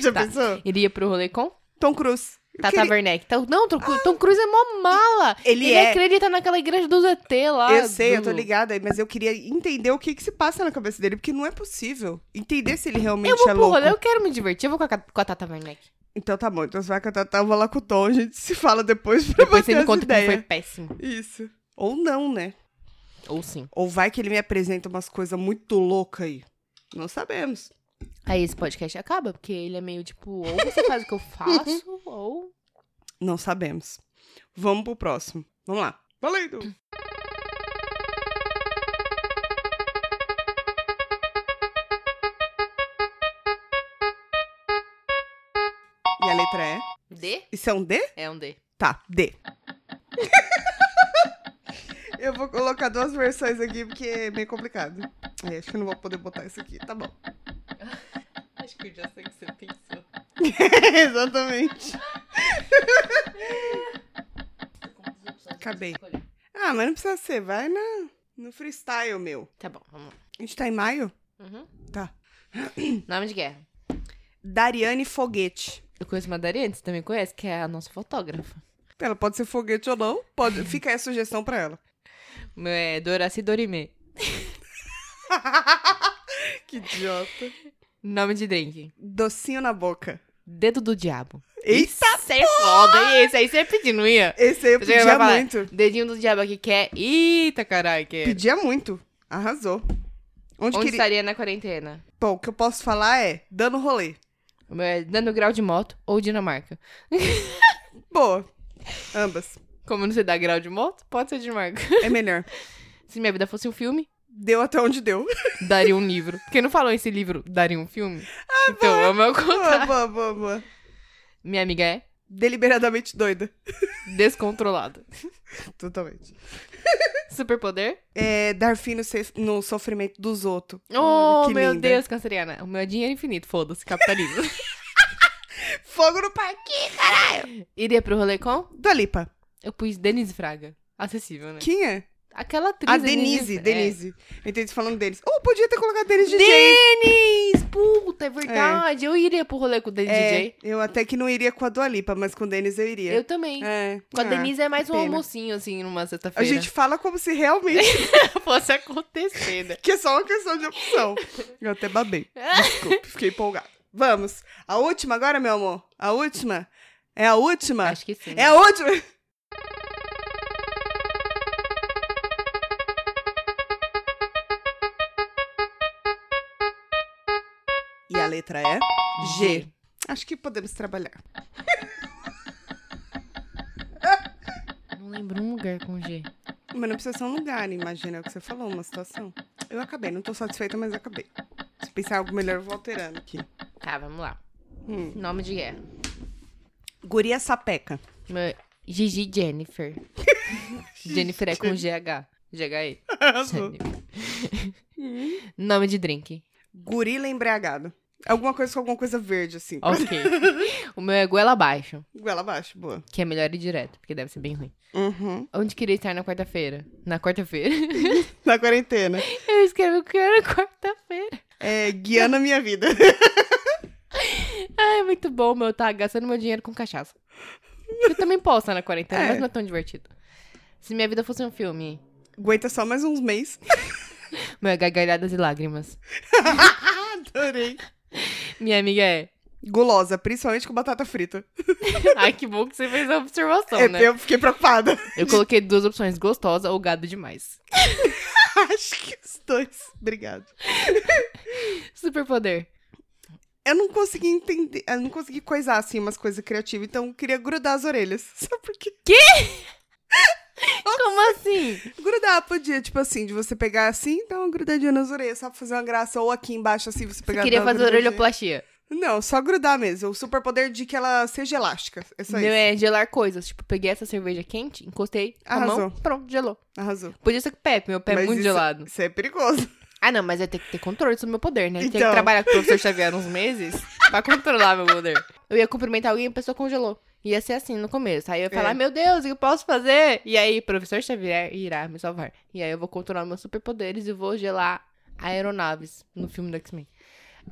S2: Já
S1: Tá.
S2: pensou?
S1: Iria pro rolê com?
S2: Tom Cruise.
S1: Tata Werneck. Então, não, Tom, Cru- Tom Cruise é mó mala.
S2: Ele
S1: Ele,
S2: é-
S1: acredita naquela igreja do ZT lá.
S2: Eu sei, eu tô
S1: do-
S2: ligada aí, mas eu queria entender o que que se passa na cabeça dele, porque não é possível entender se ele realmente
S1: Eu vou
S2: é
S1: pro
S2: louco.
S1: rolê, eu quero me divertir. Eu vou com a, Ca- com a Tata Werneck.
S2: Então tá bom, então você vai cantar, tá, eu vou lá com o Tom, a gente se fala depois pra
S1: Depois
S2: bater
S1: você me
S2: as
S1: conta como foi
S2: ideias.
S1: péssimo.
S2: Isso. Ou não, né?
S1: Ou sim.
S2: Ou vai que ele me apresenta umas coisas muito loucas aí. Não sabemos.
S1: Aí esse podcast acaba, porque ele é meio tipo, ou você faz o que eu faço, ou.
S2: Não sabemos. Vamos pro próximo. Vamos lá. Valendo! E a letra é?
S1: D?
S2: Isso é um D?
S1: É um D.
S2: Tá, D. Eu vou colocar duas versões aqui porque é meio complicado. É, acho que eu não vou poder botar isso aqui. Tá bom.
S1: Acho que eu já sei o que você pensou.
S2: Exatamente. Acabei. Ah, mas não precisa ser. Vai na, no freestyle, meu.
S1: Tá bom, vamos lá.
S2: A gente tá em maio?
S1: Uhum.
S2: Tá.
S1: Nome de guerra.
S2: Dariane Foguete.
S1: Eu conheço uma Dariane, você também conhece, que é a nossa fotógrafa.
S2: Ela pode ser foguete ou não. Pode... Fica aí a sugestão pra ela.
S1: O meu é Doraci Dorime.
S2: que idiota.
S1: Nome de drink.
S2: Docinho na boca.
S1: Dedo do diabo.
S2: Eita!
S1: Isso é foda, hein? Esse aí você pediu, não ia?
S2: Esse aí eu
S1: Você vai
S2: pedia
S1: falar,
S2: muito.
S1: Dedinho do diabo aqui quer. Eita, caralho, que.
S2: Pedia muito. Arrasou.
S1: Onde
S2: Onde,
S1: tá?
S2: queria...
S1: estaria na quarentena?
S2: Bom, o que eu posso falar é dando rolê.
S1: O meu é Dando grau de moto ou Dinamarca.
S2: Boa. Ambas.
S1: Como não se dá grau de moto, pode ser Dinamarca.
S2: É melhor.
S1: Se minha vida fosse um filme,
S2: Deu até onde deu.
S1: daria um livro. Porque não falou esse livro, daria um filme. então, é o meu
S2: Boa,
S1: contrário.
S2: boa, boa, boa.
S1: Minha amiga é
S2: Deliberadamente doida.
S1: descontrolada.
S2: Totalmente.
S1: Superpoder?
S2: É, dar fim no, se- no sofrimento dos outros. Hum,
S1: Oh,
S2: Que
S1: meu
S2: linda.
S1: Deus, canceriana. O meu é dinheiro infinito, foda-se, capitalismo.
S2: Fogo no parquinho.
S1: Iria pro rolê com?
S2: Da Lipa.
S1: Eu pus Denise Fraga. Acessível, né?
S2: Quem é?
S1: Aquela atriz.
S2: A
S1: né,
S2: Denise.
S1: é.
S2: Denise. Eu Entendi falando deles. Ou podia ter colocado deles DJ.
S1: Denis! é. Puta, é verdade. Eu iria pro rolê com o Denis
S2: É,
S1: DJ.
S2: Eu até que não iria com a Dua Lipa, mas com o Denis eu iria.
S1: Eu também.
S2: É.
S1: Com a
S2: Ah,
S1: Denise é mais um
S2: pena.
S1: almocinho, assim, numa
S2: A
S1: sexta-feira.
S2: gente fala como se realmente
S1: fosse acontecer, né?
S2: que é só uma questão de opção. Eu até babei. Desculpe, fiquei empolgada. Vamos. A última agora, meu amor. A última. É a última.
S1: Acho que sim.
S2: É a última. E a letra é G. Acho que podemos trabalhar.
S1: Não lembro um lugar com G.
S2: Mas não precisa ser um lugar, imagina é o que você falou, uma situação. Eu acabei, não tô satisfeita, mas acabei. Se pensar algo melhor, eu vou alterando aqui.
S1: Tá, vamos lá.
S2: Hum.
S1: Nome de guerra.
S2: Guria sapeca.
S1: Meu- Gigi Jennifer. Jennifer é com GH. GHE. Jennifer. Nome de drink.
S2: Gorila embriagado. Alguma coisa com alguma coisa verde, assim.
S1: Ok. o meu é goela abaixo,
S2: Goela abaixo, boa.
S1: que é melhor ir direto, porque deve ser bem ruim.
S2: Uhum.
S1: Onde queria estar na quarta-feira? Na quarta-feira?
S2: Na quarentena.
S1: Eu escrevi que era quarta-feira.
S2: É, guiando a minha vida.
S1: Ai, muito bom, meu. Tá gastando meu dinheiro com cachaça. Eu também posso estar na quarentena,
S2: É.
S1: mas não é tão divertido. Se minha vida fosse um filme,
S2: Aguenta só mais uns meses.
S1: meu é gargalhadas e lágrimas.
S2: Adorei.
S1: Minha amiga é.
S2: Gulosa, principalmente com batata frita.
S1: Ai, que bom que você fez a observação,
S2: É,
S1: né?
S2: Eu fiquei preocupada.
S1: Eu coloquei duas opções, gostosa ou gado demais.
S2: Acho que os dois. Obrigado.
S1: Superpoder.
S2: Eu não consegui entender, eu não consegui coisar assim umas coisas criativas, então eu queria grudar as orelhas. Sabe por quê?
S1: Como assim?
S2: Grudar podia, tipo assim, de você pegar assim, dar uma grudadinha nas orelhas, só pra fazer uma graça, ou aqui embaixo assim, você pegar
S1: Você queria
S2: dar uma
S1: fazer
S2: grudadinha.
S1: orelhoplastia.
S2: Não, só grudar mesmo. O superpoder de que ela seja elástica. É só
S1: Meu
S2: isso.
S1: é gelar coisas. Tipo, peguei essa cerveja quente, encostei com a mão,
S2: Arrasou.
S1: pronto, gelou.
S2: Arrasou.
S1: Podia ser com Pepe, meu pé é
S2: Mas
S1: muito
S2: isso-
S1: gelado.
S2: Isso é perigoso.
S1: Ah, não, mas eu tenho que ter controle sobre o meu poder, né? Tem que
S2: Então.
S1: trabalhar com o professor Xavier uns meses pra controlar meu poder. Eu ia cumprimentar alguém e a pessoa congelou. Ia ser assim no começo. Aí eu ia falar,
S2: É.
S1: meu Deus, o que eu posso fazer? E aí, professor Xavier irá me salvar. E aí eu vou controlar meus superpoderes e vou gelar aeronaves no filme do X-Men.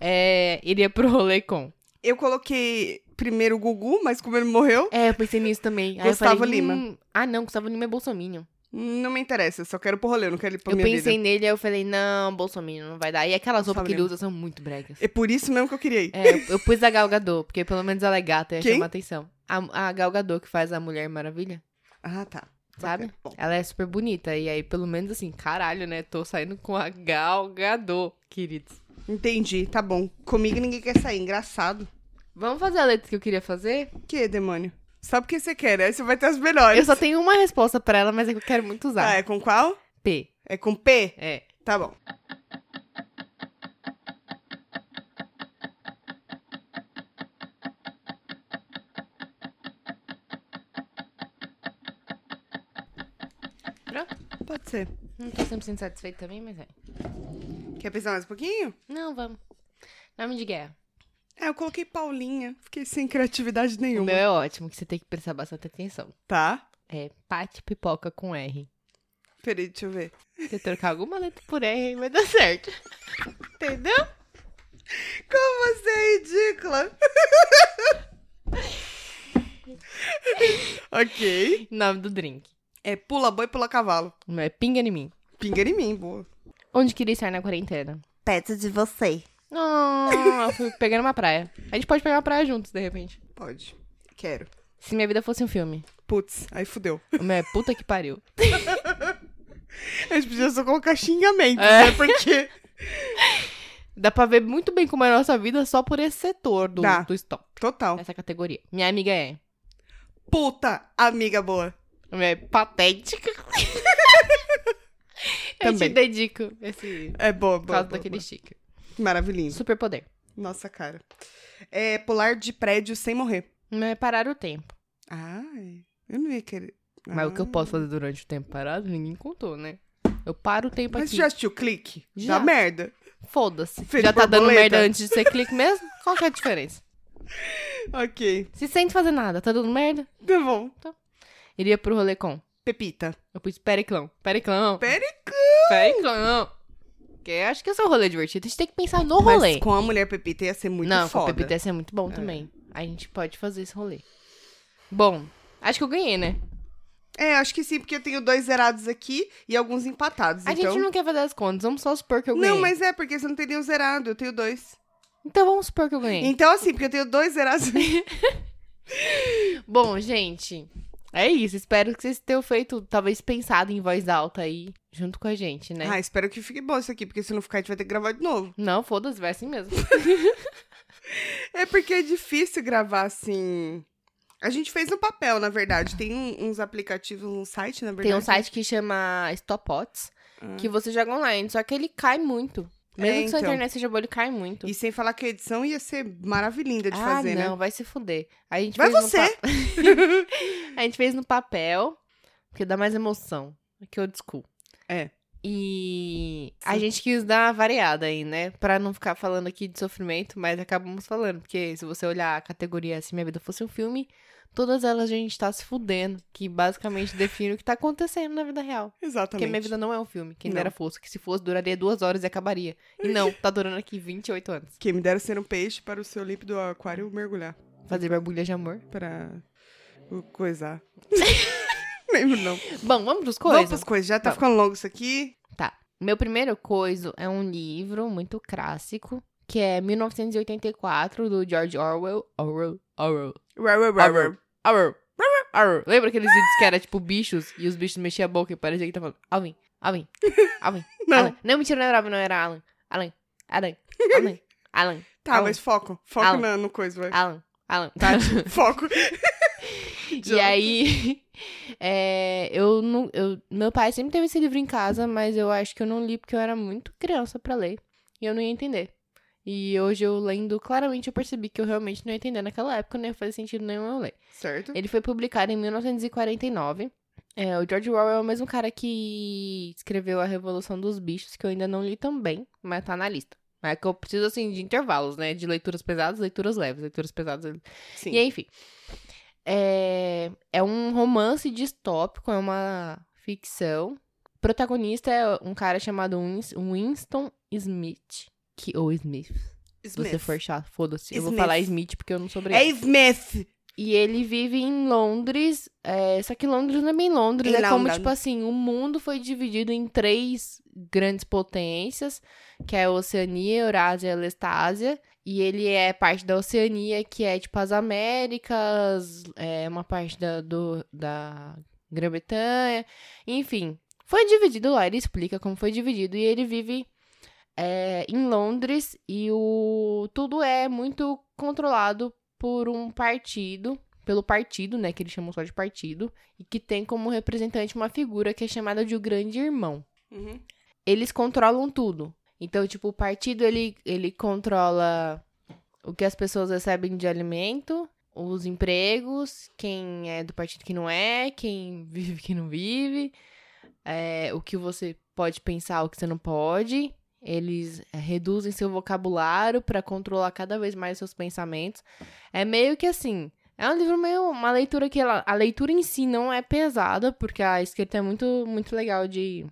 S1: É, iria pro rolê com.
S2: Eu coloquei primeiro o Gugu, mas como ele morreu,
S1: É, eu pensei nisso também. Aí eu
S2: Gustavo
S1: falei,
S2: Lima.
S1: "Hum, ah, não, Gustavo Lima é bolsominion.
S2: não me interessa. Eu só quero pro rolê, eu não quero ir pra
S1: eu
S2: minha
S1: pensei
S2: vida.
S1: nele, aí eu falei, não, bolsominion, não vai dar. E aquelas roupas
S2: Gustavo
S1: que ele
S2: Lima.
S1: usa são muito bregas.
S2: É por isso mesmo que eu queria ir.
S1: É, eu- eu pus a Gal Gadot, porque pelo menos ela é gata, ia
S2: Quem?
S1: chamar atenção. A, a Gal Gadot, que faz a Mulher Maravilha,
S2: Ah, tá.
S1: sabe?
S2: Bacana. Bom,
S1: Ela é super bonita, e aí pelo menos assim, caralho, né? Tô saindo com a Gal Gadot, queridos.
S2: entendi, tá bom. Comigo ninguém quer sair, engraçado.
S1: Vamos fazer a letra que eu queria fazer?
S2: Que, é, demônio? Só porque você quer, aí você vai ter as melhores.
S1: Eu só tenho uma resposta pra ela, mas é que eu quero muito usar.
S2: Ah, é com qual?
S1: P.
S2: É com P?
S1: É.
S2: Tá bom.
S1: Pronto.
S2: Pode ser.
S1: Não tô 100% satisfeito também, mas é.
S2: Quer pensar mais um pouquinho?
S1: Não, vamos. Nome de guerra.
S2: Ah, eu coloquei Paulinha. Fiquei sem criatividade
S1: O
S2: nenhuma.
S1: meu é ótimo, que você tem que prestar bastante atenção.
S2: Tá.
S1: É Pate Pipoca com R.
S2: Peraí, deixa eu ver.
S1: Se eu trocar alguma letra por R, vai dar certo. Entendeu?
S2: Como você é ridícula? ok.
S1: Nome do drink.
S2: É pula boi, pula cavalo.
S1: Não é pinga em mim.
S2: Pinga em mim, boa.
S1: Onde queria estar na quarentena?
S2: Perto de você.
S1: Ah, eu fui pegando uma praia. A gente pode pegar uma praia juntos, de repente.
S2: Pode. Quero.
S1: Se minha vida fosse um filme.
S2: Putz, aí fudeu.
S1: O meu é puta que pariu.
S2: A gente podia só colocar xingamento,
S1: É.
S2: né? Porque.
S1: Dá pra ver muito bem como é a nossa vida só por esse setor do,
S2: Dá.
S1: do stop.
S2: Total.
S1: Essa categoria. Minha amiga é.
S2: Puta, amiga boa.
S1: O meu é patética. Eu te
S2: Também.
S1: dedico esse.
S2: É boa,
S1: Por
S2: boa.
S1: causa
S2: boa,
S1: daquele
S2: boa.
S1: chique.
S2: Maravilhinho.
S1: Superpoder.
S2: Nossa, cara. É pular de prédio sem morrer.
S1: O meu é parar o tempo.
S2: Ai, eu não ia querer.
S1: Mas o que eu
S2: Ah.
S1: posso fazer durante o tempo parado, ninguém contou, né? Eu paro o tempo
S2: Mas
S1: aqui.
S2: você já assistiu clique?
S1: Já.
S2: Da merda.
S1: Foda-se.
S2: Fez
S1: Já tá dando
S2: borboleta?
S1: merda antes de ser clique mesmo? Qual que é a diferença?
S2: Ok.
S1: Se sente fazer nada, tá dando merda?
S2: Tá bom.
S1: Iria pro rolê com.
S2: Pepita.
S1: Eu pus Periclão. Periclão.
S2: Pericão.
S1: Periclão. Porque eu acho que esse é um rolê divertido. A gente tem que pensar no rolê.
S2: Mas com a mulher Pepita ia ser muito
S1: Não, com
S2: foda.
S1: a PPTS é muito bom também. A gente pode fazer esse rolê. Bom, acho que eu ganhei, né?
S2: É, acho que sim, porque eu tenho dois zerados aqui e alguns empatados.
S1: A
S2: então...
S1: gente não quer fazer as contas. Vamos só supor que eu ganhei.
S2: Não, mas é, porque você não tem nenhum zerado, eu tenho dois.
S1: Então vamos supor que eu ganhei.
S2: Então, assim, porque eu tenho dois zerados.
S1: Bom, gente, é isso. Espero que vocês tenham feito, talvez pensado em voz alta aí, junto com a gente, né?
S2: Ah, espero que fique bom isso aqui, porque se não ficar, a gente vai ter que gravar de novo.
S1: Não, foda-se, vai assim mesmo.
S2: É porque é difícil gravar assim. A gente fez no papel, na verdade. Tem um- uns aplicativos, um site, na verdade.
S1: Tem um site que chama Stopots,
S2: Ah.
S1: que você joga online, só que ele cai muito. Mesmo que sua
S2: então.
S1: internet seja boa, ele cai muito.
S2: E sem falar que a edição ia ser maravilhinda de
S1: ah,
S2: fazer,
S1: não,
S2: né?
S1: vai se fuder. A gente
S2: Vai
S1: fez no
S2: você!
S1: pa- a gente fez no papel, porque dá mais emoção. Que eu desculpo.
S2: É.
S1: E a
S2: Sim.
S1: gente quis dar uma variada aí, né? Pra não ficar falando aqui de sofrimento, mas acabamos falando. Porque se você olhar a categoria Se Minha Vida Fosse um Filme, todas elas a gente tá se fudendo. Que basicamente define o que tá acontecendo na vida real. Porque
S2: Exatamente.
S1: Minha Vida não é um filme. Quem
S2: Não.
S1: dera fosse. Que se fosse, duraria duas horas e acabaria. E não, tá durando aqui 28 anos.
S2: Quem me dera ser um peixe para o seu límpido aquário mergulhar.
S1: Fazer barbulha de amor.
S2: Para o coisar. Lembro não.
S1: Bom, vamos pros
S2: Vamos
S1: coisas?
S2: pras coisas. Já tá
S1: Vamos.
S2: ficando longo isso aqui.
S1: Tá. Meu primeiro coiso é um livro muito clássico, que é 1984, do George Orwell. Orwell. Orwell.
S2: Rá, rá, rá,
S1: Tá
S2: rá.
S1: Orwell. Orwell. Lembra aqueles vídeos que era tipo bichos e os bichos mexiam a boca e parecia que tava falando Alvin, Alvin, Alvin, Alan.
S2: Não.
S1: Não, mentira, não era Alvin, não era Alan. Alan, Alan, Alan, Alan,
S2: Tá,
S1: Alan.
S2: mas foco. Foco
S1: Alan.
S2: na, no coisa, vai.
S1: Alan, Alan.
S2: Foco.
S1: E aí, é, eu não, eu, meu pai sempre teve esse livro em casa, mas eu acho que eu não li porque eu era muito criança pra ler e eu não ia entender. E hoje eu lendo, claramente eu percebi que eu realmente não ia entender naquela época, nem fazia sentido nenhum eu ler.
S2: Certo?
S1: Ele foi publicado em 1949. É, o George Orwell é o mesmo cara que escreveu A Revolução dos Bichos, que eu ainda não li também, mas tá na lista. Mas é que eu preciso, assim, de intervalos, né? De leituras pesadas, leituras leves, leituras pesadas,
S2: Sim.
S1: e enfim. É, é um romance distópico, é uma ficção. O protagonista é um cara chamado Wins- Winston Smith. Que, ou Smith. Se você
S2: Smith.
S1: for chato, foda-se. Eu vou
S2: Smith.
S1: falar Smith porque eu não sou
S2: É
S1: obrigada.
S2: Smith.
S1: E ele vive em Londres, é, só que Londres não é bem Londres,
S2: Em
S1: é como,
S2: London.
S1: tipo assim, o mundo foi dividido em três grandes potências, que é a Oceania, Eurásia e a Lestásia, e ele é parte da Oceania, que é, tipo, as Américas, é uma parte da, do- da Grã-Bretanha, enfim. Foi dividido lá, ele explica como foi dividido, e ele vive é, em Londres, e o tudo é muito controlado por um partido, pelo partido, né, que eles chamam só de partido, e que tem como representante uma figura que é chamada de o Grande Irmão.
S2: Uhum.
S1: Eles controlam tudo. Então, tipo, o partido ele, ele controla o que as pessoas recebem de alimento, os empregos, quem é do partido que não é, quem vive que não vive, é, o que você pode pensar, o que você não pode. Eles é, reduzem seu vocabulário pra controlar cada vez mais seus pensamentos. É meio que assim. É um livro meio. Uma leitura que ela- a leitura em si não é pesada, porque a escrita é muito, muito legal de.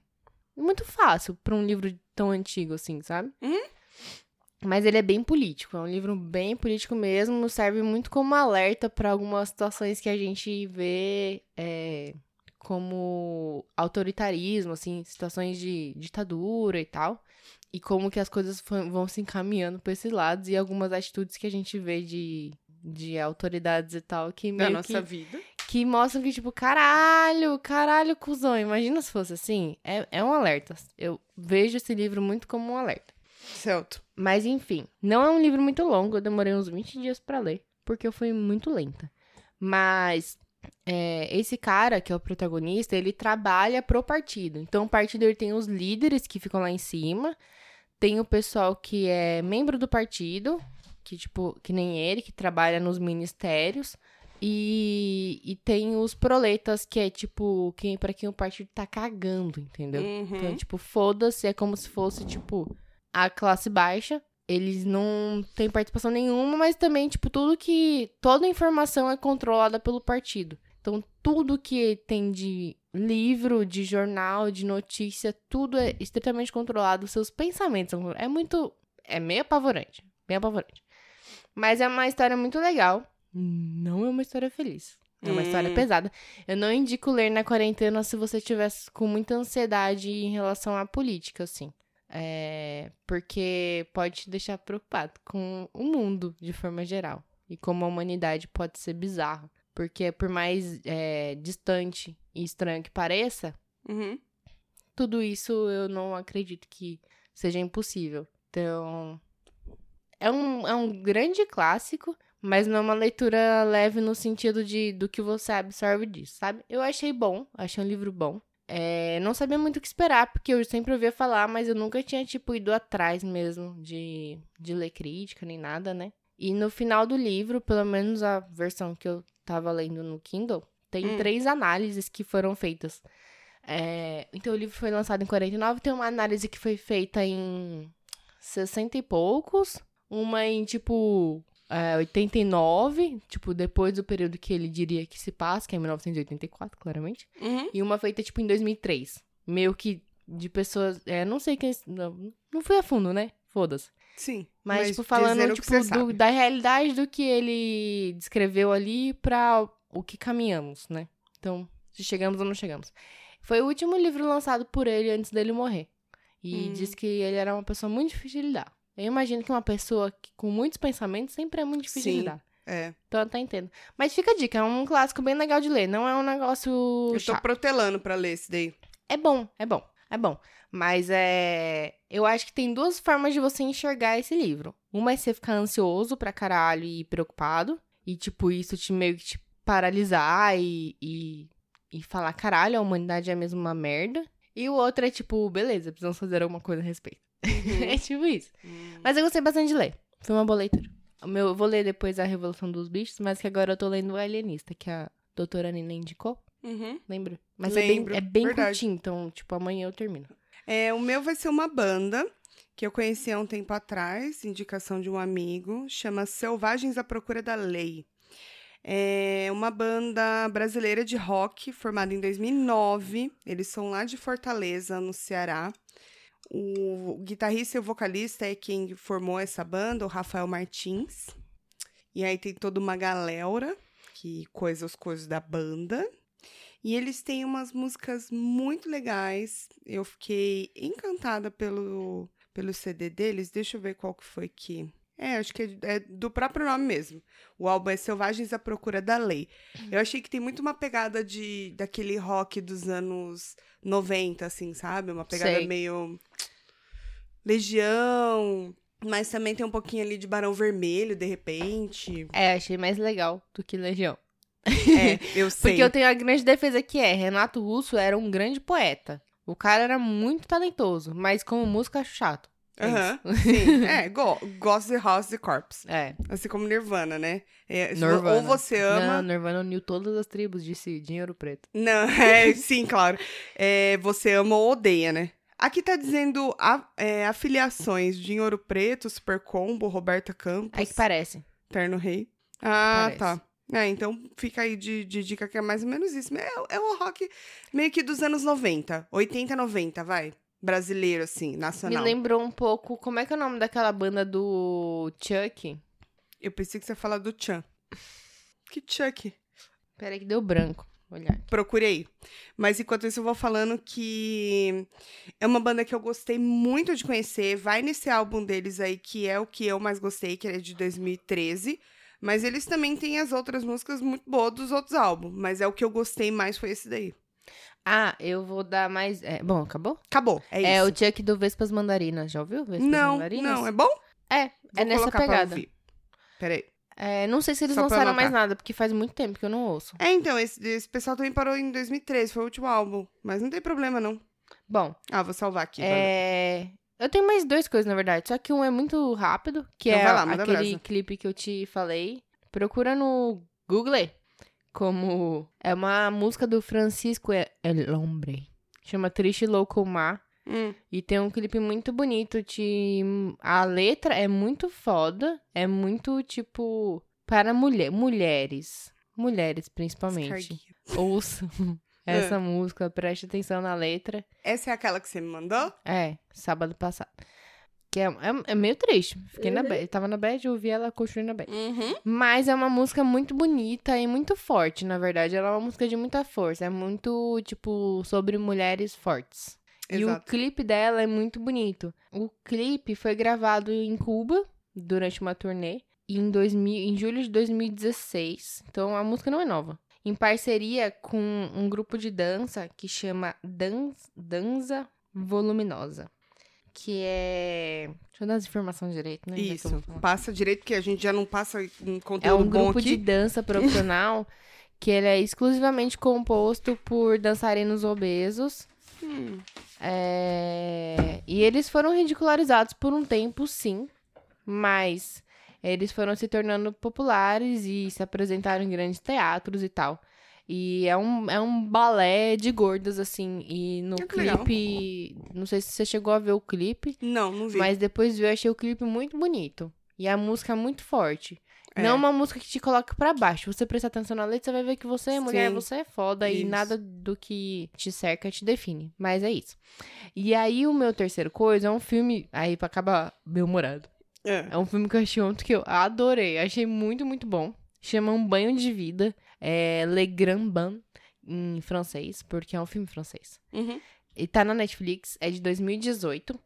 S1: Muito fácil pra um livro tão antigo assim, sabe?
S2: Uhum.
S1: Mas ele é bem político. É um livro bem político mesmo. Serve muito como alerta pra algumas situações que a gente vê. é, como autoritarismo, assim, situações de ditadura e tal e como que as coisas fo- vão se encaminhando para esses lados e algumas atitudes que a gente vê de, de autoridades e tal que
S2: Da
S1: meio
S2: nossa
S1: que,
S2: vida.
S1: que mostram que, tipo, caralho, caralho, cuzão, imagina se fosse assim. É, é um alerta. Eu vejo esse livro muito como um alerta.
S2: Certo.
S1: Mas enfim, não é um livro muito longo, eu demorei uns 20 dias para ler, porque eu fui muito lenta. Mas é, esse cara, que é o protagonista, ele trabalha pro partido. Então, o partido ele tem os líderes que ficam lá em cima, tem o pessoal que é membro do partido, que tipo, que nem ele, que trabalha nos ministérios. E, e tem os proletas, que é tipo, quem, pra quem o partido tá cagando, entendeu? Então,
S2: Uhum.
S1: tipo, foda-se, é como se fosse, tipo, a classe baixa. Eles não têm participação nenhuma, mas também, tipo, tudo que. Toda informação é controlada pelo partido. Então, tudo que tem de livro, de jornal, de notícia, tudo é estritamente controlado. Seus pensamentos são. É muito. É meio apavorante. Bem apavorante. Mas é uma história muito legal. Não é uma história feliz. É uma
S2: Hum.
S1: história pesada. Eu não indico ler na quarentena se você tiver com muita ansiedade em relação à política, assim. É, porque pode te deixar preocupado com o mundo, de forma geral. E como a humanidade pode ser bizarra. Porque por mais é, distante e estranho que pareça,
S2: Uhum.
S1: tudo isso eu não acredito que seja impossível. Então, é um, é um grande clássico, mas não é uma leitura leve no sentido de do que você absorve disso, sabe? Eu achei bom, achei um livro bom. É, não sabia muito o que esperar, porque eu sempre ouvia falar, mas eu nunca tinha, tipo, ido atrás mesmo de, de ler crítica nem nada, né? E no final do livro, pelo menos a versão que eu tava lendo no Kindle, tem
S2: Hum.
S1: três análises que foram feitas. É, então, o livro foi lançado em 49, tem uma análise que foi feita em 60 e poucos, uma em, tipo, é, 89, tipo, depois do período que ele diria que se passa, que é 1984, claramente,
S2: Uhum.
S1: e uma feita, tipo, em 2003. Meio que de pessoas... É, não sei quem... Não, não fui a fundo, né? Foda-se.
S2: Sim.
S1: Mas, tipo,
S2: dizer
S1: falando
S2: o que
S1: tipo,
S2: você
S1: do-
S2: sabe.
S1: da realidade do que ele descreveu ali pra o que caminhamos, né? Então, se chegamos ou não chegamos. Foi o último livro lançado por ele antes dele morrer. E
S2: Hum.
S1: diz que ele era uma pessoa muito difícil de lidar. Eu imagino que uma pessoa que- com muitos pensamentos sempre é muito difícil de
S2: Sim.
S1: lidar.
S2: É.
S1: Então, eu até entendo. Mas fica a dica, é um clássico bem legal de ler. Não é um negócio
S2: Eu tô
S1: chato.
S2: protelando pra ler esse daí.
S1: É bom, é bom, é bom. Mas é. Eu acho que tem duas formas de você enxergar esse livro. Uma é você ficar ansioso pra caralho e preocupado. E, tipo, isso te meio que te paralisar e, e, e falar, caralho, a humanidade é mesmo uma merda. E o outro é, tipo, beleza, precisamos fazer alguma coisa a respeito.
S2: Uhum.
S1: é tipo isso. Mas eu gostei bastante de ler. Foi uma boa leitura. O meu, eu vou ler depois a Revolução dos Bichos, mas que agora eu tô lendo o Alienista, que a doutora Nina indicou.
S2: Uhum.
S1: Lembro. Mas
S2: Lembro,
S1: é bem, é bem
S2: verdade.
S1: curtinho, então, tipo, amanhã eu termino.
S2: É, o meu vai ser uma banda que eu conheci há um tempo atrás, indicação de um amigo, chama Selvagens à Procura da Lei. É uma banda brasileira de rock formada em 2009. Eles são lá de Fortaleza, no Ceará. O guitarrista e o vocalista é quem formou essa banda, o Rafael Martins. E aí tem toda uma galera que coisa os coisas da banda. E eles têm umas músicas muito legais. Eu fiquei encantada pelo, pelo CD deles. Deixa eu ver qual que foi que. É, acho que é, é do próprio nome mesmo. O álbum é Selvagens à Procura da Lei.
S1: Hum.
S2: Eu achei que tem muito uma pegada de daquele rock dos anos 90, assim, sabe? Uma pegada
S1: Sei.
S2: meio. Legião. Mas também tem um pouquinho ali de Barão Vermelho, de repente.
S1: É, achei mais legal do que Legião.
S2: É, eu sei.
S1: Porque eu tenho a grande defesa que é, Renato Russo era um grande poeta. O cara era muito talentoso, mas como música acho chato. É
S2: Aham, sim. É, go gosto de House the Corpse.
S1: É.
S2: Assim como Nirvana, né? É,
S1: Nirvana.
S2: Ou você ama.
S1: Não, Nirvana uniu todas as tribos, disse Dinheiro Preto.
S2: Não, é, sim, claro. É, você ama ou odeia, né? Aqui tá dizendo a- é, afiliações de Ouro Preto, Super Combo, Roberta Campos,
S1: Aí É que parece.
S2: Terno Rei. Ah,
S1: Parece.
S2: tá. É, então fica aí de, de dica que é mais ou menos isso. É, é um rock meio que dos anos 90. 80, 90, vai. Brasileiro, assim,
S1: Me
S2: nacional.
S1: lembrou um pouco, como é que é o nome daquela banda do Chuck?
S2: Eu pensei que você ia falar do Chan. Que Chuck?
S1: Peraí que deu branco. Olhar.
S2: Procure aí. Mas enquanto isso, eu vou falando que é uma banda que eu gostei muito de conhecer. Vai nesse álbum deles aí, que é o que eu mais gostei, que é de 2013. Mas eles também têm as outras músicas muito boas dos outros álbuns. Mas é o que eu gostei mais, foi esse daí.
S1: Ah, eu vou dar mais... é, bom, acabou?
S2: Acabou. É,
S1: É,
S2: isso.
S1: o Chuck do Vespas Mandarinas. Já ouviu Vespas
S2: Não,
S1: Mandarinas?
S2: não. É bom?
S1: É, é
S2: Vou
S1: nessa
S2: colocar pra
S1: pegada.
S2: ouvir. Peraí.
S1: É, não sei se eles
S2: Só pra
S1: lançaram mais
S2: anotar.
S1: nada, porque faz muito tempo que eu não ouço.
S2: É, então, esse, esse pessoal também parou em 2013, foi o último álbum. Mas não tem problema, não.
S1: Bom,
S2: Ah, vou salvar aqui. vai.
S1: é... Eu tenho mais dois coisas, na verdade. Só que um é muito rápido, que
S2: Então
S1: é
S2: vai lá, manda
S1: aquele
S2: brasa.
S1: clipe que eu te falei. Procura no Google como... É uma música do Francisco El El Hombre. Chama Triste Louco Mar.
S2: Hum,
S1: E tem um clipe muito bonito de... A letra é muito foda. É muito, tipo... Para mulher, mulheres. Mulheres, principalmente.
S2: descarguei.
S1: Ouça
S2: É.
S1: essa música. Preste atenção na letra.
S2: Essa é aquela que você me mandou?
S1: É, sábado passado. Que é, é- é meio triste. Fiquei na bad. Tava na bad, eu ouvi ela construindo na bad.
S2: Uhum.
S1: Mas é uma música muito bonita e muito forte, na verdade. Ela é uma música de muita força. É muito, tipo, sobre mulheres fortes. E o
S2: Exato.
S1: clipe dela é muito bonito. O clipe foi gravado em Cuba durante uma turnê em, 2000, em julho de 2016. Então a música não é nova. Em parceria com um grupo de dança que chama Dan- Danza Voluminosa. Que é. Deixa eu dar as informações direito, né? Já que eu vou
S2: Isso.
S1: falar.
S2: Passa direito, que a gente já não passa um conteúdo
S1: É um
S2: bom
S1: grupo de
S2: aqui.
S1: dança profissional que ele é exclusivamente composto por dançarinos obesos.
S2: Hum.
S1: É, E eles foram ridicularizados por um tempo, sim, mas eles foram se tornando populares e se apresentaram em grandes teatros e tal. E é um, é um balé de gordas, assim. E no
S2: Ah, que legal.
S1: clipe. Não sei se você chegou a ver o clipe,
S2: Não, não vi.
S1: mas depois viu, eu achei o clipe muito bonito. E a música é muito forte.
S2: É.
S1: Não uma música que te coloca pra baixo. Você prestar atenção na letra, você vai ver que você é mulher,
S2: Sim.
S1: você é foda e
S2: Isso.
S1: nada do que te cerca te define. Mas é isso. E aí, o meu terceiro coisa é um filme. Aí, pra acabar meu morado.
S2: É.
S1: É um filme que eu achei ontem que eu adorei. Achei muito, muito bom. Chama Um Banho de Vida. É Le Grand Bain em francês, porque é um filme francês.
S2: Uhum.
S1: E tá na Netflix, é de 2018.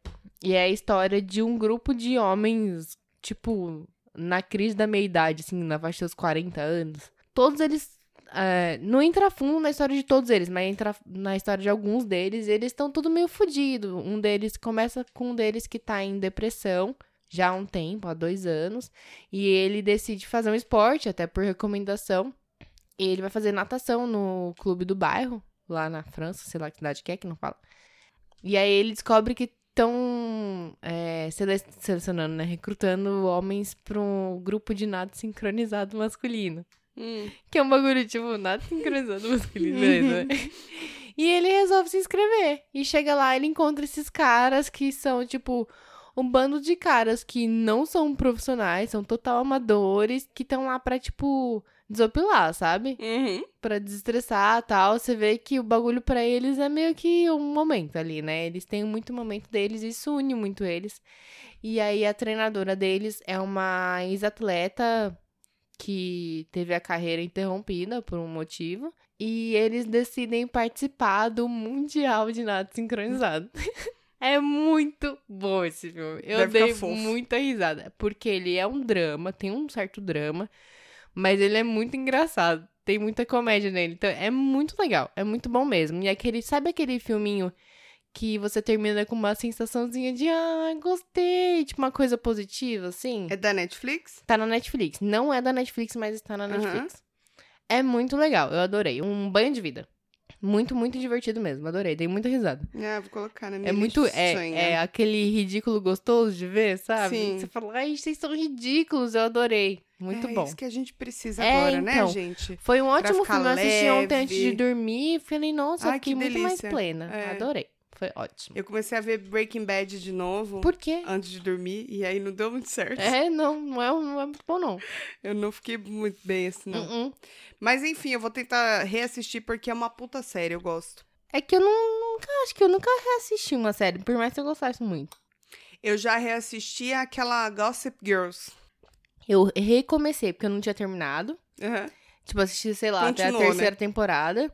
S1: E é a história de um grupo de homens, tipo, na crise da meia-idade, assim, na faixa dos 40 anos. Todos eles. é, não entra fundo na história de todos eles, mas entra na história de alguns deles. Eles estão tudo meio fudido. Um deles começa com um deles que tá em depressão já há um tempo, há dois anos. E ele decide fazer um esporte, até por recomendação. E ele vai fazer natação no clube do bairro, lá na França, sei lá que cidade que é, que não fala. E aí ele descobre que estão é, sele- selecionando, né? Recrutando homens para um grupo de nada sincronizado masculino.
S2: Hum.
S1: Que é um bagulho, tipo, nada sincronizado masculino, beleza, né? E ele resolve se inscrever. E chega lá, ele encontra esses caras que são, tipo, um bando de caras que não são profissionais, são total amadores, que estão lá pra, tipo, desopilar, sabe?
S2: Uhum.
S1: Pra desestressar e tal. Você vê que o bagulho pra eles é meio que um momento ali, né? Eles têm muito momento deles, isso une muito eles. E aí a treinadora deles é uma ex-atleta que teve a carreira interrompida por um motivo. E eles decidem participar do Mundial de Nado Sincronizado. É muito bom esse filme. Eu
S2: Deve ficar
S1: dei
S2: fofo.
S1: muita risada. Porque ele é um drama, tem um certo drama, mas ele é muito engraçado. Tem muita comédia nele. Então é muito legal. É muito bom mesmo. E aquele, sabe aquele filminho que você termina com uma sensaçãozinha de ah, gostei, tipo uma coisa positiva, assim?
S2: É da Netflix?
S1: Tá na Netflix. Não é da Netflix, mas está na
S2: Aham.
S1: Netflix. É muito legal, eu adorei. Um banho de vida. Muito, muito divertido mesmo. Adorei, dei muita risada.
S2: Ah, vou colocar na minha
S1: É muito.
S2: lista de sonho.
S1: É, é aquele ridículo gostoso de ver, sabe?
S2: Sim.
S1: Você fala, ai, vocês são ridículos, eu adorei. Muito
S2: É
S1: bom.
S2: isso que a gente precisa
S1: É,
S2: agora,
S1: então.
S2: né, gente?
S1: Foi um
S2: pra
S1: ótimo
S2: ficar
S1: filme. Eu assisti ontem antes de
S2: leve.
S1: dormir. Falei, nossa, eu
S2: Ai,
S1: fiquei
S2: que
S1: muito mais
S2: delícia.
S1: plena.
S2: É.
S1: Adorei. Foi ótimo.
S2: Eu comecei a ver Breaking Bad de novo
S1: Por quê?
S2: antes de dormir e aí não deu muito certo.
S1: É, não, não é, não é muito bom, não.
S2: Eu não fiquei muito bem assim, não.
S1: Uh-uh.
S2: Mas enfim, eu vou tentar reassistir porque é uma puta série, eu gosto.
S1: É que eu não, nunca acho que eu nunca reassisti uma série, por mais que eu gostasse muito.
S2: Eu já reassisti aquela Gossip Girls.
S1: Eu recomecei, porque eu não tinha terminado.
S2: Aham.
S1: Tipo, assisti, sei lá, até
S2: Continuou,
S1: a
S2: né?
S1: terceira temporada.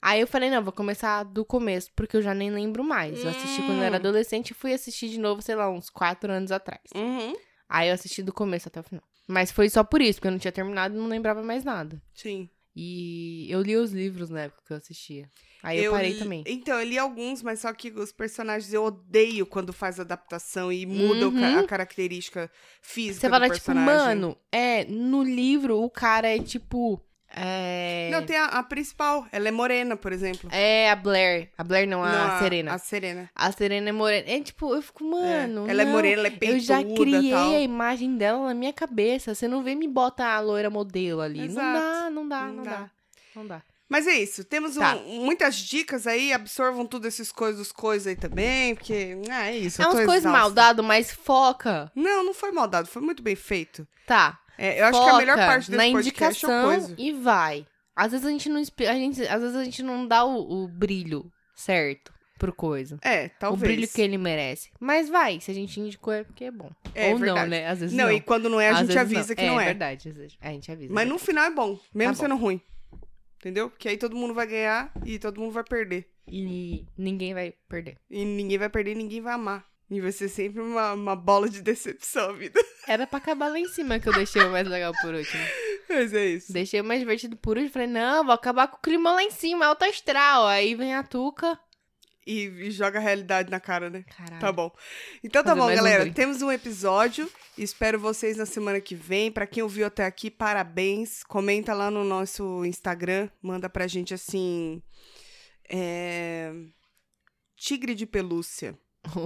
S1: Aí eu falei, não, vou começar do começo, porque eu já nem lembro mais. Eu assisti quando eu era
S2: Hum.
S1: adolescente e fui assistir de novo, sei lá, uns quatro anos atrás.
S2: Uhum.
S1: Aí eu assisti do começo até o final. Mas foi só por isso, porque eu não tinha terminado e não lembrava mais nada.
S2: Sim.
S1: E eu li os livros na época que eu assistia. Aí eu, parei
S2: li-
S1: também.
S2: Então, eu li alguns, mas só que os personagens eu odeio quando faz adaptação e muda o ca-
S1: Uhum.
S2: a característica física
S1: Você fala,
S2: do
S1: tipo,
S2: personagem.
S1: mano, é, no livro o cara é tipo. É.
S2: Não, tem a, a principal. Ela é morena, por exemplo.
S1: É a Blair. A Blair não, a
S2: Não,
S1: Serena.
S2: A Serena.
S1: A Serena é morena. É tipo, eu fico,
S2: É.
S1: mano.
S2: Ela é
S1: não.
S2: morena, ela é peituda
S1: Eu já criei
S2: tal.
S1: a imagem dela na minha cabeça. Você não vem me botar a loira modelo ali.
S2: Exato.
S1: Não dá, não dá, não,
S2: Não
S1: dá.
S2: dá.
S1: Não dá.
S2: Mas é isso. Temos um-
S1: Tá.
S2: muitas dicas aí. Absorvam tudo esses coisas, coisas aí também. Porque, ah, é isso.
S1: é
S2: eu
S1: umas
S2: tô
S1: coisas
S2: exausta.
S1: maldado, mas foca.
S2: Não, não foi maldado. Foi muito bem feito.
S1: Tá.
S2: É, eu acho que a melhor
S1: foca
S2: parte desse
S1: na
S2: podcast é o
S1: indicação
S2: coisa.
S1: e vai. Às vezes a gente não inspira, a gente, às vezes a gente não dá o, o brilho certo pro coisa.
S2: É, talvez.
S1: O brilho que ele merece. Mas vai, se a gente indicou é porque é bom.
S2: É,
S1: Ou
S2: verdade.
S1: não, né? Às vezes
S2: Não,
S1: não.
S2: e quando não é, a
S1: Às
S2: gente
S1: vezes
S2: avisa que não é.
S1: É verdade, às vezes- a gente avisa.
S2: Mas
S1: né?
S2: no final é bom, mesmo
S1: bom.
S2: sendo ruim. Entendeu? Porque aí todo mundo vai ganhar e todo mundo vai perder.
S1: E ninguém vai perder.
S2: E ninguém vai perder e ninguém vai amar. E vai ser sempre uma, uma bola de decepção a vida.
S1: Era pra acabar lá em cima que eu deixei o mais legal por último.
S2: Mas é isso.
S1: Deixei o mais divertido por último. Falei, não, vou acabar com o clima lá em cima, é alto astral. Aí vem a Tuca.
S2: Tá E, e joga a realidade na cara, né?
S1: Caralho.
S2: Tá bom. Então tá
S1: Fazer
S2: bom,
S1: mais um
S2: galera.
S1: drink.
S2: Temos um episódio. Espero vocês na semana que vem. Pra quem ouviu até aqui, parabéns. Comenta lá no nosso Instagram. Manda pra gente assim. é, Tigre de pelúcia.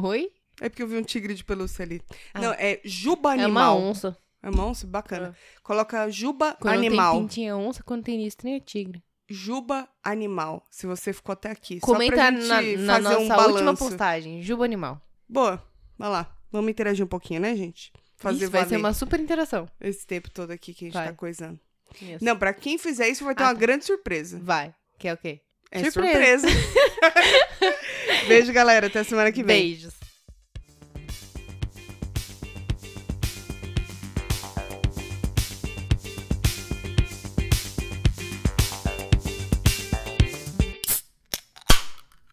S1: Oi?
S2: É porque eu vi um tigre de pelúcia ali.
S1: Ah.
S2: Não, é juba
S1: É uma
S2: animal.
S1: onça. Ah.
S2: É uma onça? Bacana. Coloca juba
S1: Quando
S2: animal.
S1: tem pintinha é onça, quando tem listrinha é tigre.
S2: Juba animal. Se você ficou até aqui. Só
S1: Comenta
S2: pra
S1: na,
S2: gente
S1: na
S2: fazer
S1: nossa
S2: um
S1: última
S2: balanço.
S1: postagem, Juba Animal.
S2: Boa. Vai lá. Vamos interagir um pouquinho, né, gente? Fazer
S1: Isso vai ser
S2: valer.
S1: uma super interação.
S2: esse tempo todo aqui que a gente
S1: Vai.
S2: tá coisando.
S1: Isso.
S2: Não, pra quem fizer isso vai ter
S1: Ah,
S2: uma
S1: tá.
S2: grande surpresa.
S1: Vai. Que é o quê?
S2: É
S1: Surpresa.
S2: surpresa. Beijo, galera. Até semana que vem.
S1: Beijos.